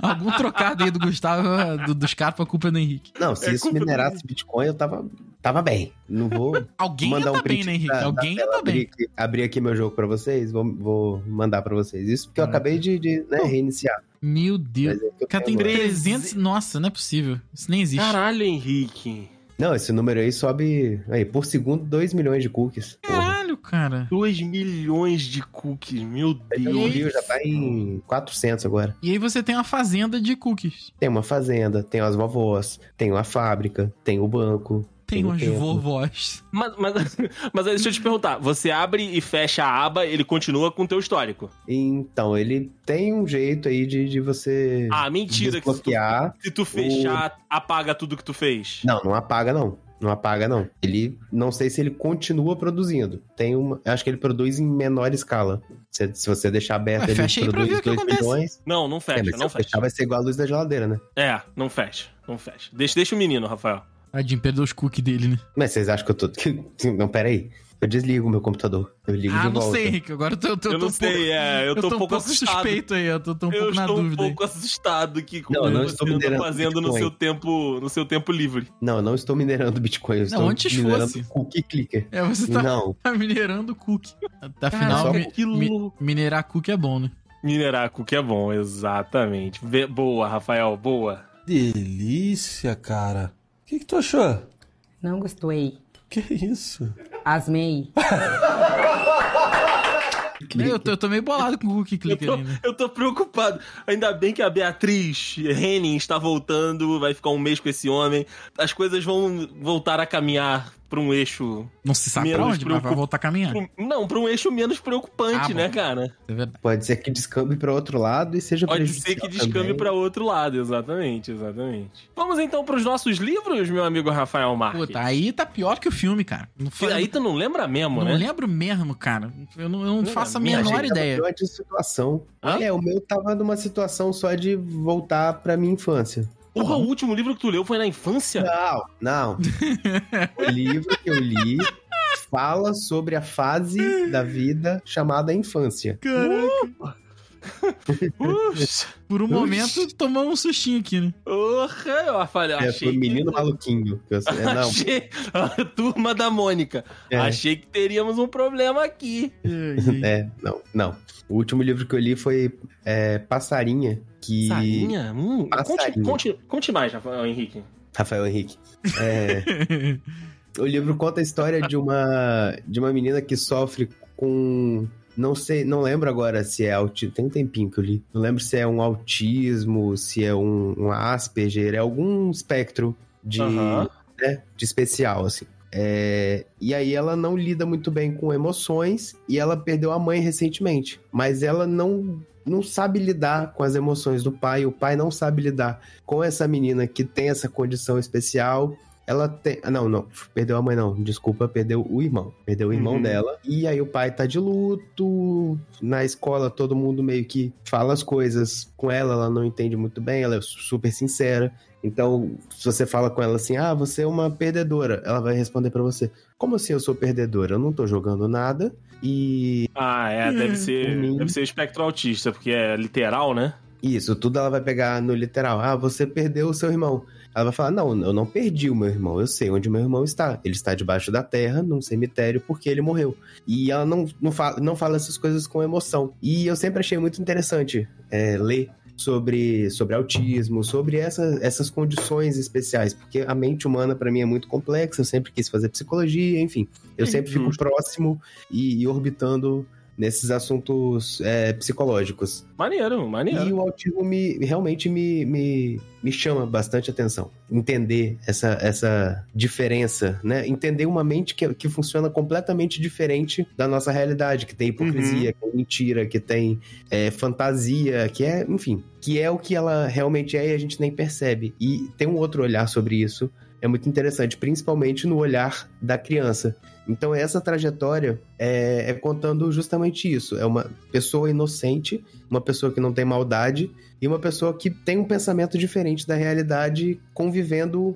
[SPEAKER 2] Algum trocado aí do Gustavo, do, do Scarpa, a culpa é do Henrique.
[SPEAKER 4] Não, se
[SPEAKER 3] É
[SPEAKER 4] isso
[SPEAKER 3] culpa do
[SPEAKER 4] minerasse Bitcoin, eu tava, tava bem. Não vou
[SPEAKER 2] *laughs* Alguém ia
[SPEAKER 4] mandar um
[SPEAKER 2] tá bem,
[SPEAKER 4] print
[SPEAKER 2] né, Henrique?
[SPEAKER 4] da- da
[SPEAKER 2] Alguém ia
[SPEAKER 4] tela,
[SPEAKER 2] tá
[SPEAKER 4] abrir
[SPEAKER 2] bem.
[SPEAKER 4] aqui, abrir aqui meu jogo pra vocês. Vou, vou mandar pra vocês. Isso porque eu
[SPEAKER 2] Caraca.
[SPEAKER 4] acabei de, de, né, reiniciar.
[SPEAKER 2] Meu
[SPEAKER 4] Mas
[SPEAKER 2] Deus.
[SPEAKER 4] é que eu
[SPEAKER 2] Cara, tem
[SPEAKER 4] tenho agora.
[SPEAKER 2] 300... Nossa, não é possível. Isso nem existe.
[SPEAKER 3] Caralho, Henrique.
[SPEAKER 4] Não, esse número aí sobe. Aí, por segundo, 2 milhões de cookies. Porra.
[SPEAKER 2] Caralho, cara.
[SPEAKER 3] 2 milhões de cookies, meu
[SPEAKER 4] Eu
[SPEAKER 2] E aí?
[SPEAKER 3] Deus.
[SPEAKER 4] morri, eu já tá em 400 agora.
[SPEAKER 2] E aí você tem uma fazenda de cookies.
[SPEAKER 4] Tem uma fazenda, tem as vovós, tem a fábrica, tem o banco.
[SPEAKER 2] Tem
[SPEAKER 4] Tem
[SPEAKER 2] umas
[SPEAKER 4] tempo.
[SPEAKER 2] vovós.
[SPEAKER 3] Mas, mas, *laughs* mas aí deixa eu te perguntar, você abre e fecha a aba, ele continua com o teu histórico.
[SPEAKER 4] Então, ele tem um jeito aí de, de você
[SPEAKER 3] Ah, mentira. Que se, tu,
[SPEAKER 4] desbloquear.
[SPEAKER 3] se tu fechar, apaga tudo que tu fez.
[SPEAKER 4] Não, não apaga, não. Não apaga, não. Ele. Não sei se ele continua produzindo. Tem uma. eu Acho que ele produz em menor escala. Se, se você deixar aberto,
[SPEAKER 2] Mas
[SPEAKER 4] ele
[SPEAKER 2] fecha aí pra ver
[SPEAKER 4] produz
[SPEAKER 2] o que
[SPEAKER 4] 2
[SPEAKER 2] acontece.
[SPEAKER 4] milhões.
[SPEAKER 3] Não, não
[SPEAKER 4] É,
[SPEAKER 3] fecha,
[SPEAKER 4] mas se
[SPEAKER 3] não
[SPEAKER 4] eu
[SPEAKER 3] fecha.
[SPEAKER 4] fechar, vai ser igual a luz da geladeira, né?
[SPEAKER 3] É, não fecha, não fecha. Deixa, deixa o menino, Rafael.
[SPEAKER 2] Tadinho, perdeu os cookies dele, né?
[SPEAKER 4] Mas vocês acham que eu tô. que- Não, peraí. Eu desligo o meu computador. Eu ligo
[SPEAKER 2] ah,
[SPEAKER 4] de
[SPEAKER 2] não
[SPEAKER 4] volta.
[SPEAKER 2] sei, Henrique. Agora eu tô, eu tô-
[SPEAKER 3] Eu,
[SPEAKER 2] tô
[SPEAKER 3] não
[SPEAKER 2] um
[SPEAKER 3] sei,
[SPEAKER 2] pouco-
[SPEAKER 3] é, eu, tô, um pouco assustado.
[SPEAKER 2] suspeito aí. Eu tô, tô um pouco
[SPEAKER 3] eu
[SPEAKER 2] na
[SPEAKER 3] estou um
[SPEAKER 2] dúvida. aí.
[SPEAKER 3] pouco assustado que
[SPEAKER 4] Não,
[SPEAKER 3] como
[SPEAKER 4] não
[SPEAKER 3] você
[SPEAKER 4] estou
[SPEAKER 3] anda
[SPEAKER 4] minerando
[SPEAKER 3] fazendo no
[SPEAKER 4] Bitcoin.
[SPEAKER 3] seu, tempo, no seu tempo livre.
[SPEAKER 4] Não, eu não estou minerando Bitcoin. Eu estou
[SPEAKER 2] antes
[SPEAKER 4] minerando
[SPEAKER 2] fosse.
[SPEAKER 4] cookie clicker.
[SPEAKER 2] É, você tá,
[SPEAKER 4] Não.
[SPEAKER 2] tá *laughs* minerando cookie.
[SPEAKER 4] Caraca,
[SPEAKER 2] Afinal, mi-
[SPEAKER 3] que
[SPEAKER 2] mi-
[SPEAKER 3] louco.
[SPEAKER 2] minerar cookie é bom, né?
[SPEAKER 3] Minerar cookie é bom, exatamente. Vê- Boa, Rafael, boa.
[SPEAKER 5] Delícia, cara. O que, que tu achou?
[SPEAKER 7] Não gostei.
[SPEAKER 5] Que isso?
[SPEAKER 7] Asmei.
[SPEAKER 2] Eu tô, eu tô meio bolado com o cookie
[SPEAKER 3] Eu
[SPEAKER 2] clicker
[SPEAKER 3] tô,
[SPEAKER 2] ainda.
[SPEAKER 3] eu tô preocupado. Ainda bem que a Beatriz Henning está voltando, vai ficar um mês com esse homem. As coisas vão voltar a caminhar pra um eixo.
[SPEAKER 2] Não se sabe pra
[SPEAKER 3] Menos
[SPEAKER 2] onde, mas vai
[SPEAKER 3] preocup-
[SPEAKER 2] voltar a caminhar.
[SPEAKER 3] pro- não, pra um eixo menos
[SPEAKER 2] É. Ah,
[SPEAKER 3] preocupante,
[SPEAKER 2] bom.
[SPEAKER 3] né, cara?
[SPEAKER 2] É verdade.
[SPEAKER 4] Pode ser que descambe para outro lado e seja
[SPEAKER 3] Pode ser
[SPEAKER 4] prejudicial
[SPEAKER 3] que descambe
[SPEAKER 4] também.
[SPEAKER 3] pra outro lado, exatamente, exatamente. Vamos então pros nossos livros, meu amigo Rafael Marques.
[SPEAKER 2] Puta, aí tá pior que o filme, cara. Não, foi,
[SPEAKER 3] Ah, Aí tu não lembra mesmo,
[SPEAKER 2] não
[SPEAKER 3] né?
[SPEAKER 2] lembro mesmo, cara. Eu não, eu não
[SPEAKER 3] Lembra
[SPEAKER 2] faço a
[SPEAKER 3] mesmo?
[SPEAKER 2] menor
[SPEAKER 4] Achei que tava
[SPEAKER 2] ideia.
[SPEAKER 4] pior de situação.
[SPEAKER 3] Hã?
[SPEAKER 4] É, o meu tava numa situação só de voltar pra minha infância.
[SPEAKER 3] Porra, o último livro que tu leu foi na infância?
[SPEAKER 4] Não, não. o livro que eu li fala sobre a fase da vida chamada infância.
[SPEAKER 2] Caraca.
[SPEAKER 3] Puxa,
[SPEAKER 2] Por um
[SPEAKER 4] Ux.
[SPEAKER 2] momento, tomou um sustinho aqui, né?
[SPEAKER 3] porra, eu falei, eu
[SPEAKER 4] É,
[SPEAKER 3] achei.
[SPEAKER 4] foi menino maluquinho. que eu- é,
[SPEAKER 3] *laughs*
[SPEAKER 4] não,
[SPEAKER 3] Achei a turma da Mônica.
[SPEAKER 4] É.
[SPEAKER 3] Achei que teríamos um problema aqui.
[SPEAKER 2] Ai, ai.
[SPEAKER 4] *laughs* é, não, não. O último livro que eu li foi é, Passarinha, que.
[SPEAKER 3] Sarinha? Hum, conte,
[SPEAKER 4] Passarinho.
[SPEAKER 3] conte, conte mais, Rafael Henrique.
[SPEAKER 4] Rafael Henrique. É, *laughs* o livro conta a história de uma, de uma menina que sofre com. Não sei, não lembro agora se é autismo. Tem um tempinho que eu li. Não lembro se é um autismo, se é um, um Asperger, é algum espectro de,
[SPEAKER 3] Aham.
[SPEAKER 4] né, de especial, assim. É, e aí ela não lida muito bem com emoções e ela perdeu a mãe recentemente. Mas ela não, não sabe lidar com as emoções do pai, o pai não sabe lidar com essa menina que tem essa condição especial. Ela tem. ah, Não, não. Perdeu a mãe, não. Desculpa, perdeu o irmão. Perdeu o irmão
[SPEAKER 3] Uhum.
[SPEAKER 4] dela. E aí o pai tá de luto. Na escola, todo mundo meio que fala as coisas com ela. Ela não entende muito bem. Ela é super sincera. Então, se você fala com ela assim, ah, você é uma perdedora, ela vai responder pra você: Como assim eu sou perdedora? Eu não tô jogando nada. E
[SPEAKER 3] Ah, é, deve ser.
[SPEAKER 4] Hum.
[SPEAKER 3] Deve ser espectro autista, porque é literal, né?
[SPEAKER 4] Isso, tudo ela vai pegar no literal. Ah, você perdeu o seu irmão. Ela vai falar: Não, eu não perdi o meu irmão. Eu sei onde o meu irmão está. Ele está debaixo da terra, num cemitério, porque ele morreu. E ela não, não, fala, não fala essas coisas com emoção. E eu sempre achei muito interessante é, ler sobre, sobre autismo, sobre essa- essas condições especiais, porque a mente humana, para mim, é muito complexa. Eu sempre quis fazer psicologia, enfim. Eu sempre fico
[SPEAKER 3] Justo.
[SPEAKER 4] próximo e, e orbitando nesses assuntos é, psicológicos.
[SPEAKER 3] Maneiro, maneiro.
[SPEAKER 4] E o autismo me, realmente me, me, me chama bastante atenção. Entender essa, essa diferença, né? Entender uma mente que, que funciona completamente diferente da nossa realidade, que tem hipocrisia, que tem mentira, que tem é, fantasia, que é, enfim, que é o que ela realmente é e a gente nem percebe. E tem um outro olhar sobre isso. É muito interessante, principalmente no olhar da criança. Então, essa trajetória é- é contando justamente isso. É uma pessoa inocente uma pessoa que não tem maldade e uma pessoa que tem um pensamento diferente da realidade convivendo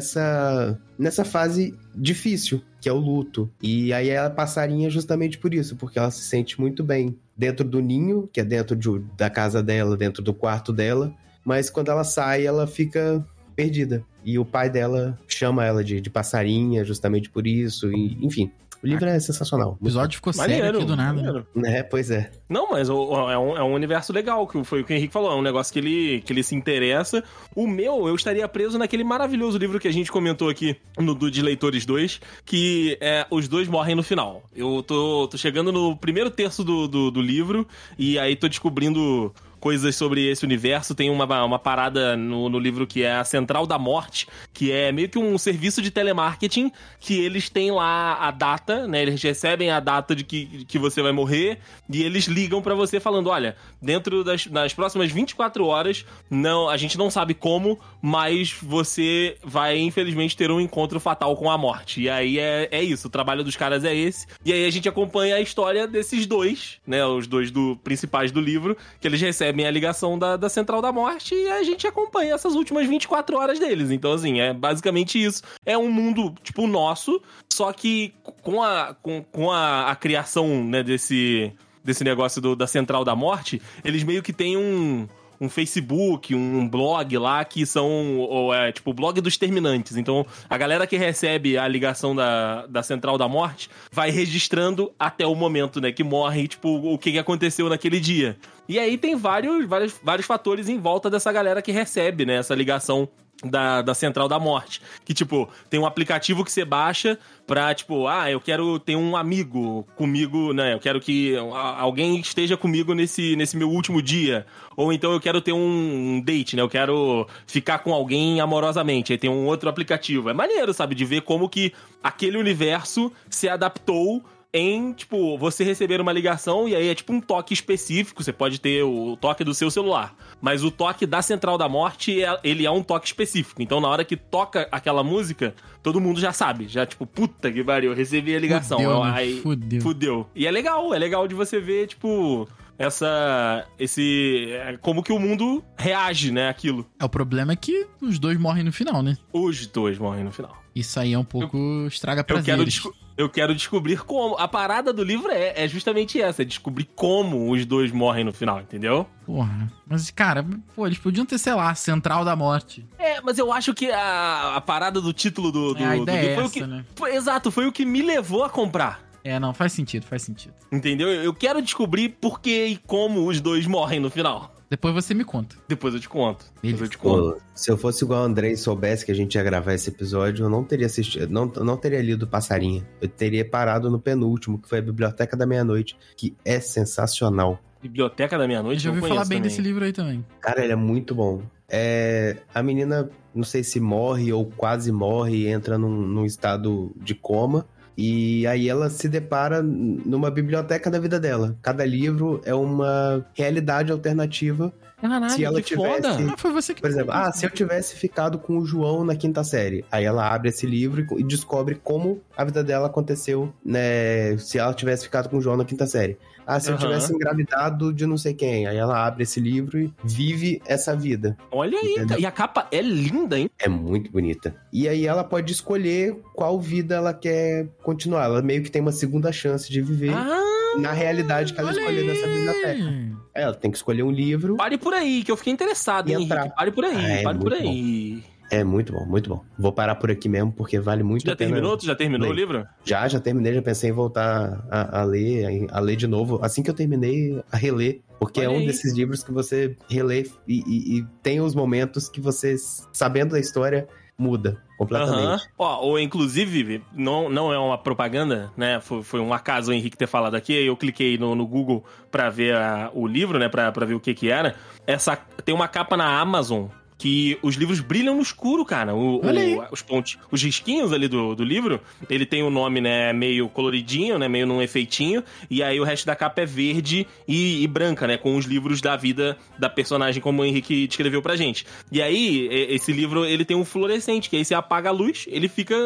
[SPEAKER 4] nessa nessa fase difícil, que é o luto. E aí ela é passarinha justamente por isso, porque ela se sente muito bem dentro do ninho, que é dentro de- da casa dela, dentro do quarto dela, mas quando ela sai, ela fica perdida. E o pai dela chama ela de, de passarinha justamente por isso, e, enfim. O livro é sensacional,
[SPEAKER 2] O episódio ficou sério
[SPEAKER 3] Maneiro,
[SPEAKER 2] aqui do nada. né?
[SPEAKER 3] maneiro.
[SPEAKER 4] né? Pois é.
[SPEAKER 3] Não, mas o- o- é um, é um universo legal, que foi o que o Henrique falou, é um negócio que ele, que ele se interessa. O meu, eu estaria preso naquele maravilhoso livro que a gente comentou aqui no Dudes Leitores 2, que é Os Dois Morrem no Final. Eu tô, tô chegando no primeiro terço do, do, do livro, e aí tô descobrindo coisas sobre esse universo. Tem uma, uma parada no, no livro que é a Central da Morte, que é meio que um serviço de telemarketing que eles têm lá a data, né? Eles recebem a data de que, que você vai morrer e eles ligam pra você falando: olha, dentro das nas próximas 24 horas, não, a gente não sabe como, mas você vai infelizmente ter um encontro fatal com a morte. E aí é, é isso, o trabalho dos caras é esse. E aí a gente acompanha a história desses dois, né? Os dois do, principais do livro, que eles recebem a ligação da, da Central da Morte e a gente acompanha essas últimas 24 horas deles. Então, assim, é basicamente isso. É um mundo, tipo, o nosso, só que com a, com, com a, a criação, né, desse, desse negócio do- da Central da Morte, eles meio que têm um, um Facebook, um blog lá que são, ou é, tipo, o blog dos terminantes. Então, a galera que recebe a ligação da, da Central da Morte vai registrando até o momento, né, que morre, tipo, o que que aconteceu naquele dia. E aí tem vários, vários, vários fatores em volta dessa galera que recebe, né, essa ligação da, da Central da Morte. Que, tipo, tem um aplicativo que você baixa pra, tipo, ah, eu quero ter um amigo comigo, né? Eu quero que a- alguém esteja comigo nesse, nesse meu último dia. Ou então eu quero ter um date, né? Eu quero ficar com alguém amorosamente. Aí tem um outro aplicativo. É maneiro, sabe? De ver como que aquele universo se adaptou em, tipo, você receber uma ligação e aí é tipo um toque específico, você pode ter o toque do seu celular, mas o toque da Central da Morte, é- ele é um toque específico. Então na hora que toca aquela música, todo mundo já sabe, já tipo, puta que pariu, eu recebi a ligação.
[SPEAKER 2] Fudeu,
[SPEAKER 3] Eu-
[SPEAKER 2] né?
[SPEAKER 3] aí,
[SPEAKER 2] Fudeu.
[SPEAKER 3] Fudeu. E é legal, é legal de você ver, tipo, essa. Esse. é, Como que o mundo reage, né? Aquilo.
[SPEAKER 2] É, o problema é que os dois morrem no final, né?
[SPEAKER 3] Os dois morrem no final.
[SPEAKER 2] Isso aí é um pouco estraga
[SPEAKER 3] Eu
[SPEAKER 2] prazeres.
[SPEAKER 3] quero, desco- Eu quero descobrir como. A parada do livro é, é justamente essa: é descobrir como os dois morrem no final, entendeu?
[SPEAKER 2] Porra. Mas, cara, pô, eles podiam ter, sei lá, Central da Morte.
[SPEAKER 3] É, mas eu acho que a, a parada do título do, do,
[SPEAKER 2] é, a
[SPEAKER 3] do
[SPEAKER 2] ideia é
[SPEAKER 3] foi
[SPEAKER 2] essa,
[SPEAKER 3] o que.
[SPEAKER 2] né?
[SPEAKER 3] foi- exato, foi o que me levou a comprar.
[SPEAKER 2] É, não, faz sentido, faz sentido.
[SPEAKER 3] Entendeu? Eu quero descobrir por que e como os dois morrem no final. *laughs*
[SPEAKER 2] Depois você me conta.
[SPEAKER 3] Depois eu te conto. Depois eu te conto.
[SPEAKER 4] Pô, se eu fosse igual o André e soubesse que a gente ia gravar esse episódio, eu não teria assistido, não, não teria lido Passarinha. Eu teria parado no penúltimo, que foi a Biblioteca da Meia-Noite, que é sensacional.
[SPEAKER 3] Biblioteca da
[SPEAKER 2] Eu
[SPEAKER 3] Meia-Noite.
[SPEAKER 2] já
[SPEAKER 3] eu
[SPEAKER 2] ouvi
[SPEAKER 3] conheço
[SPEAKER 2] falar bem
[SPEAKER 3] também.
[SPEAKER 2] desse livro aí também.
[SPEAKER 4] Cara, ele é muito bom. É, a menina, não sei se morre ou quase morre, entra num, num estado de coma. E aí ela se depara n- numa biblioteca da vida dela. Cada livro é uma realidade alternativa.
[SPEAKER 3] Caralho,
[SPEAKER 4] Se ela
[SPEAKER 3] que foda.
[SPEAKER 4] tivesse-
[SPEAKER 2] Ah, foi você que.
[SPEAKER 4] Por exemplo, ah, se eu tivesse ficado com o João na quinta série. Aí ela abre esse livro e co- e descobre como a vida dela aconteceu, né? Se ela tivesse ficado com o João na quinta série. Ah, se eu
[SPEAKER 3] Aham.
[SPEAKER 4] tivesse engravidado de não sei quem. Aí ela abre esse livro e vive essa vida.
[SPEAKER 3] Olha aí,
[SPEAKER 4] Entendeu?
[SPEAKER 3] cara. E a capa é linda, hein?
[SPEAKER 4] É muito bonita. E aí ela pode escolher qual vida ela quer continuar. Ela meio que tem uma segunda chance de viver
[SPEAKER 3] Ah,
[SPEAKER 4] na realidade que ela
[SPEAKER 2] Olha
[SPEAKER 4] escolher nessa biblioteca.
[SPEAKER 2] aí.
[SPEAKER 4] Aí Ela tem que escolher um livro.
[SPEAKER 3] pare por aí, que eu fiquei interessado,
[SPEAKER 4] E
[SPEAKER 3] hein,
[SPEAKER 4] entrar.
[SPEAKER 3] Henrique? Pare por aí,
[SPEAKER 4] Ah, é
[SPEAKER 3] pare por
[SPEAKER 4] muito
[SPEAKER 3] aí.
[SPEAKER 4] É muito bom, muito bom. Vou parar por aqui mesmo, porque vale muito
[SPEAKER 3] Tu já
[SPEAKER 4] a pena.
[SPEAKER 3] terminou? Tu já terminou
[SPEAKER 4] Leio.
[SPEAKER 3] o livro?
[SPEAKER 4] Já, já terminei, já pensei em voltar a, a ler, a ler de novo. Assim que eu terminei, a reler. Porque é
[SPEAKER 3] Olha
[SPEAKER 4] um
[SPEAKER 3] aí.
[SPEAKER 4] desses livros que você relê e, e- e tem os momentos que você, sabendo da história, muda
[SPEAKER 3] Aham.
[SPEAKER 4] completamente.
[SPEAKER 3] Ó, ou inclusive, não, não é uma propaganda, né? Foi, foi um acaso o Henrique ter falado aqui. Eu cliquei no, no Google pra ver a- o livro, né? Pra, pra ver o que que era. Essa, tem uma capa na Amazon que os livros brilham no escuro, cara. O- o-
[SPEAKER 2] Olha aí.
[SPEAKER 3] os pontos, os risquinhos ali do, do livro, ele tem o nome, né? Meio coloridinho, né? Meio num efeitinho. E aí o resto da capa é verde e, e branca, né? Com os livros da vida da personagem, como o Henrique descreveu pra gente. E aí, e- esse livro, ele tem um fluorescente, que aí você apaga a luz, ele fica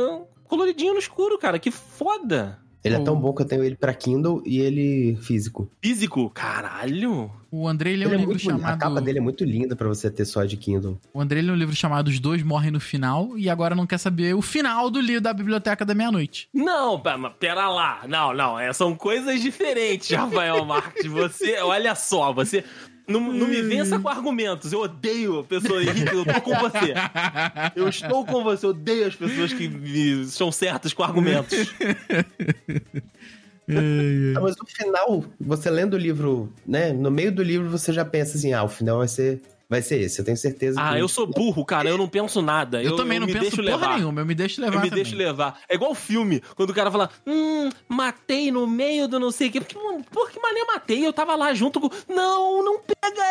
[SPEAKER 3] coloridinho no escuro, cara. Que foda!
[SPEAKER 4] Ele é tão
[SPEAKER 2] Bom.
[SPEAKER 4] bom que eu tenho ele pra Kindle e ele físico.
[SPEAKER 3] Físico, caralho!
[SPEAKER 2] O Andrei lê um
[SPEAKER 4] Ele é
[SPEAKER 2] livro
[SPEAKER 4] muito bonito.
[SPEAKER 2] chamado.
[SPEAKER 4] A capa dele é muito linda pra você ter só de Kindle.
[SPEAKER 2] O Andrei lê um livro chamado Os Dois Morrem no Final e agora não quer saber o final do livro da Biblioteca da Meia-Noite.
[SPEAKER 3] Não, pa- mas pera lá. Não, não. é- São coisas diferentes, *laughs* Rafael Marques. Você, olha só, você. Não, não me vença com argumentos. Eu odeio a pessoa. Henrique, Eu tô com você. Eu estou com você. Eu odeio as pessoas que me- são certas com argumentos.
[SPEAKER 4] Ah, mas no final, você lendo o livro, né? No meio do livro você já pensa assim, ah, o final vai ser, vai ser esse. Eu tenho certeza.
[SPEAKER 3] Ah,
[SPEAKER 4] que-
[SPEAKER 3] eu sou burro, cara. Eu não penso nada.
[SPEAKER 2] Eu, também não
[SPEAKER 3] me
[SPEAKER 2] penso
[SPEAKER 3] deixo
[SPEAKER 2] porra
[SPEAKER 3] levar.
[SPEAKER 2] nenhuma, eu me deixo levar
[SPEAKER 3] Eu me
[SPEAKER 2] também.
[SPEAKER 3] deixo levar. É igual filme, quando o cara fala, hum, matei no meio do não sei o quê. Porque, mano, Por que mané matei? Eu tava lá junto com. Não, não pega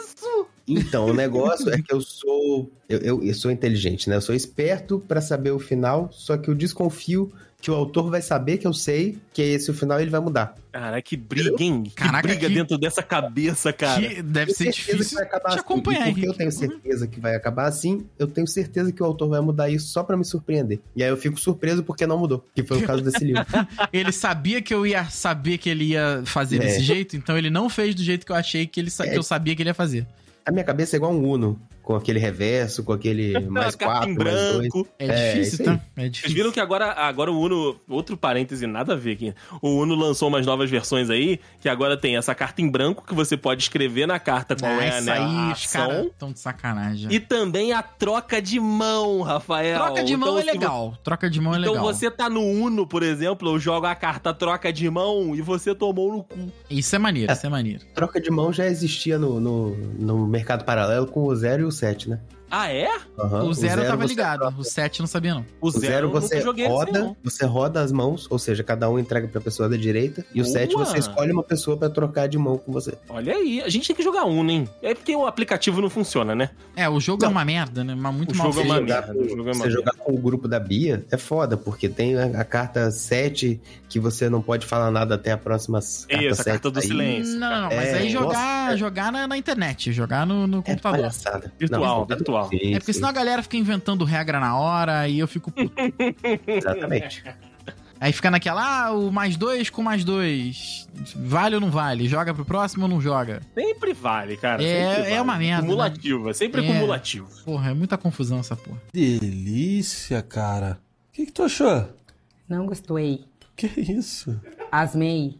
[SPEAKER 3] isso!
[SPEAKER 4] Então, o negócio é que eu sou, eu, eu- eu sou inteligente, né? Eu sou esperto pra saber o final, só que eu desconfio que o autor vai saber que eu sei que é esse o final e ele vai mudar.
[SPEAKER 3] Cara, que briga, hein? Que
[SPEAKER 2] Caraca,
[SPEAKER 3] briga
[SPEAKER 2] que-
[SPEAKER 3] dentro dessa cabeça, cara.
[SPEAKER 2] Que deve ser
[SPEAKER 4] Tenho certeza que
[SPEAKER 2] difícil
[SPEAKER 4] vai
[SPEAKER 2] te
[SPEAKER 4] acabar assim.
[SPEAKER 2] acompanhar,
[SPEAKER 4] E porque eu
[SPEAKER 2] Henrique. Uhum.
[SPEAKER 4] tenho certeza que vai acabar assim, eu tenho certeza que o autor vai mudar isso só pra me surpreender. E aí eu fico surpreso porque não mudou, que foi o caso
[SPEAKER 2] *laughs*
[SPEAKER 4] desse livro.
[SPEAKER 2] Ele sabia que eu ia saber que ele ia fazer
[SPEAKER 4] É.
[SPEAKER 2] desse jeito, então ele não fez do jeito que eu achei que, ele sa- que eu sabia que ele ia fazer.
[SPEAKER 4] A minha cabeça é igual um Uno, com aquele reverso,
[SPEAKER 2] *laughs*
[SPEAKER 4] com aquele mais quatro,
[SPEAKER 3] Capim
[SPEAKER 4] mais dois.
[SPEAKER 3] branco.
[SPEAKER 2] É,
[SPEAKER 4] É,
[SPEAKER 2] difícil,
[SPEAKER 4] isso
[SPEAKER 2] tá? É
[SPEAKER 3] Vocês
[SPEAKER 2] difícil.
[SPEAKER 3] viram que agora, agora o Uno, outro parêntese, nada a ver aqui. O Uno lançou umas novas versões aí, que agora tem essa carta em branco que você pode escrever na carta qual
[SPEAKER 2] Ah,
[SPEAKER 3] é
[SPEAKER 2] isso
[SPEAKER 3] né, a
[SPEAKER 2] aí, os
[SPEAKER 3] ação.
[SPEAKER 2] caras estão de sacanagem. né?
[SPEAKER 3] E também a troca de mão, Rafael.
[SPEAKER 2] Troca de mão
[SPEAKER 3] Então,
[SPEAKER 2] é
[SPEAKER 3] se vo-
[SPEAKER 2] legal. Troca de mão é
[SPEAKER 3] Então
[SPEAKER 2] legal.
[SPEAKER 3] você tá no Uno, por exemplo, eu jogo a carta troca de mão e você tomou no cu.
[SPEAKER 2] Isso é maneiro, isso é maneiro.
[SPEAKER 4] Troca de mão já existia no, no, no mercado paralelo com o zero e o sete, né?
[SPEAKER 3] Ah, é?
[SPEAKER 4] Aham.
[SPEAKER 2] O zero, tava
[SPEAKER 4] você
[SPEAKER 2] ligado,
[SPEAKER 4] troca.
[SPEAKER 2] o 7 não sabia, não.
[SPEAKER 3] O
[SPEAKER 4] O zero
[SPEAKER 3] eu nunca
[SPEAKER 4] você
[SPEAKER 3] joguei
[SPEAKER 4] roda,
[SPEAKER 3] assim, não.
[SPEAKER 4] você roda as mãos, ou seja, cada um entrega pra pessoa da direita, e o
[SPEAKER 3] Boa!
[SPEAKER 4] sete você escolhe uma pessoa pra trocar de mão com você.
[SPEAKER 3] Olha aí, a gente tem que jogar Uno, hein? É porque o aplicativo não funciona, né?
[SPEAKER 2] É, o jogo é uma merda, né? Mas muito
[SPEAKER 3] O
[SPEAKER 2] mal
[SPEAKER 3] jogo é
[SPEAKER 2] feito.
[SPEAKER 3] uma
[SPEAKER 4] Você jogar
[SPEAKER 3] merda,
[SPEAKER 4] com-
[SPEAKER 3] o jogo é uma
[SPEAKER 4] Você jogar com o grupo da Bia é foda, porque tem a, a carta 7 que você não pode falar nada até a próxima carta
[SPEAKER 3] Isso, a carta do
[SPEAKER 4] sair.
[SPEAKER 3] silêncio.
[SPEAKER 2] Não, não, não, mas
[SPEAKER 4] É,
[SPEAKER 2] aí jogar,
[SPEAKER 4] nossa.
[SPEAKER 2] jogar na, na internet, jogar no, no
[SPEAKER 4] É
[SPEAKER 2] computador.
[SPEAKER 4] palhaçada.
[SPEAKER 3] Virtual,
[SPEAKER 4] Não, não,
[SPEAKER 3] virtual.
[SPEAKER 4] sim,
[SPEAKER 2] É porque
[SPEAKER 4] sim,
[SPEAKER 2] senão a galera fica inventando regra na hora e eu
[SPEAKER 3] *laughs*
[SPEAKER 2] fico puto.
[SPEAKER 4] Exatamente.
[SPEAKER 2] Aí fica naquela, ah, o mais dois com mais dois. Vale ou não vale? Joga pro próximo ou não joga?
[SPEAKER 3] Sempre vale, cara.
[SPEAKER 2] É-
[SPEAKER 3] sempre vale.
[SPEAKER 2] é uma merda,
[SPEAKER 3] Cumulativo, é sempre
[SPEAKER 2] É.
[SPEAKER 3] cumulativo.
[SPEAKER 2] Porra, é muita confusão essa porra.
[SPEAKER 5] Delícia, cara. O que, que tu achou?
[SPEAKER 7] Não gostei.
[SPEAKER 5] Que isso?
[SPEAKER 7] Asmei.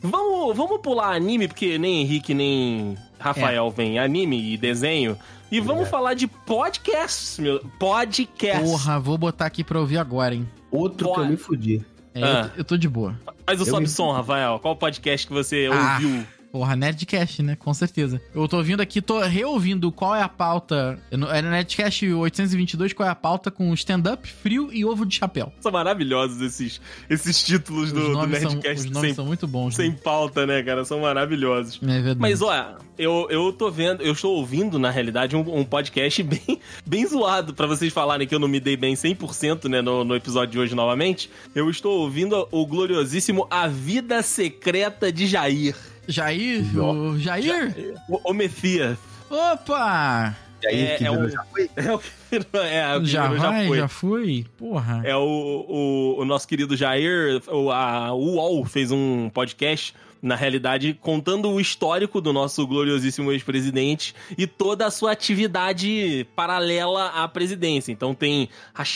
[SPEAKER 3] Vamos, vamos pular anime, porque nem Henrique nem
[SPEAKER 2] É.
[SPEAKER 3] Rafael vem anime e desenho. E vamos falar de podcasts, meu. Podcast.
[SPEAKER 2] Porra, vou botar aqui pra ouvir agora, hein?
[SPEAKER 4] Outro que eu me fudi.
[SPEAKER 2] É,
[SPEAKER 3] Ah.
[SPEAKER 2] eu, eu tô de boa.
[SPEAKER 3] Faz o
[SPEAKER 4] Eu
[SPEAKER 3] sobe
[SPEAKER 4] me-
[SPEAKER 3] som, Rafael. Qual podcast que você
[SPEAKER 2] Ah.
[SPEAKER 3] ouviu?
[SPEAKER 2] Porra, Nerdcast, né? Com certeza. Eu tô ouvindo aqui, tô reouvindo qual é a pauta. É no é no Nerdcast 822, qual é a pauta com stand-up, frio e ovo de chapéu.
[SPEAKER 3] São maravilhosos esses, esses títulos
[SPEAKER 2] Os
[SPEAKER 3] do, do
[SPEAKER 2] nomes, são, os
[SPEAKER 3] Nerdcast
[SPEAKER 2] nomes
[SPEAKER 3] sem,
[SPEAKER 2] são muito bons.
[SPEAKER 3] sem
[SPEAKER 2] né?
[SPEAKER 3] pauta, né, cara? São maravilhosos.
[SPEAKER 2] É verdade.
[SPEAKER 3] Mas, ó, eu, eu tô vendo, eu estou ouvindo, na realidade, um, um podcast *laughs* bem, bem zoado, pra vocês falarem que eu não me dei bem 100%, né, no, no episódio de hoje novamente. Eu estou ouvindo o gloriosíssimo A Vida Secreta de Jair,
[SPEAKER 2] Jair, o Jair?
[SPEAKER 3] o, o Messias. *laughs*
[SPEAKER 2] Opa!
[SPEAKER 4] E aí,
[SPEAKER 3] É-
[SPEAKER 4] que
[SPEAKER 3] é
[SPEAKER 4] virou assim,
[SPEAKER 3] um-
[SPEAKER 4] já foi?
[SPEAKER 3] É o que virou- é, o que
[SPEAKER 2] Já
[SPEAKER 3] virou
[SPEAKER 2] vai, já foi? Porra.
[SPEAKER 3] É o, o, o nosso querido Jair, o, a UOL fez um podcast, na realidade, contando o histórico do nosso gloriosíssimo ex-presidente e toda a sua atividade paralela à presidência. Então tem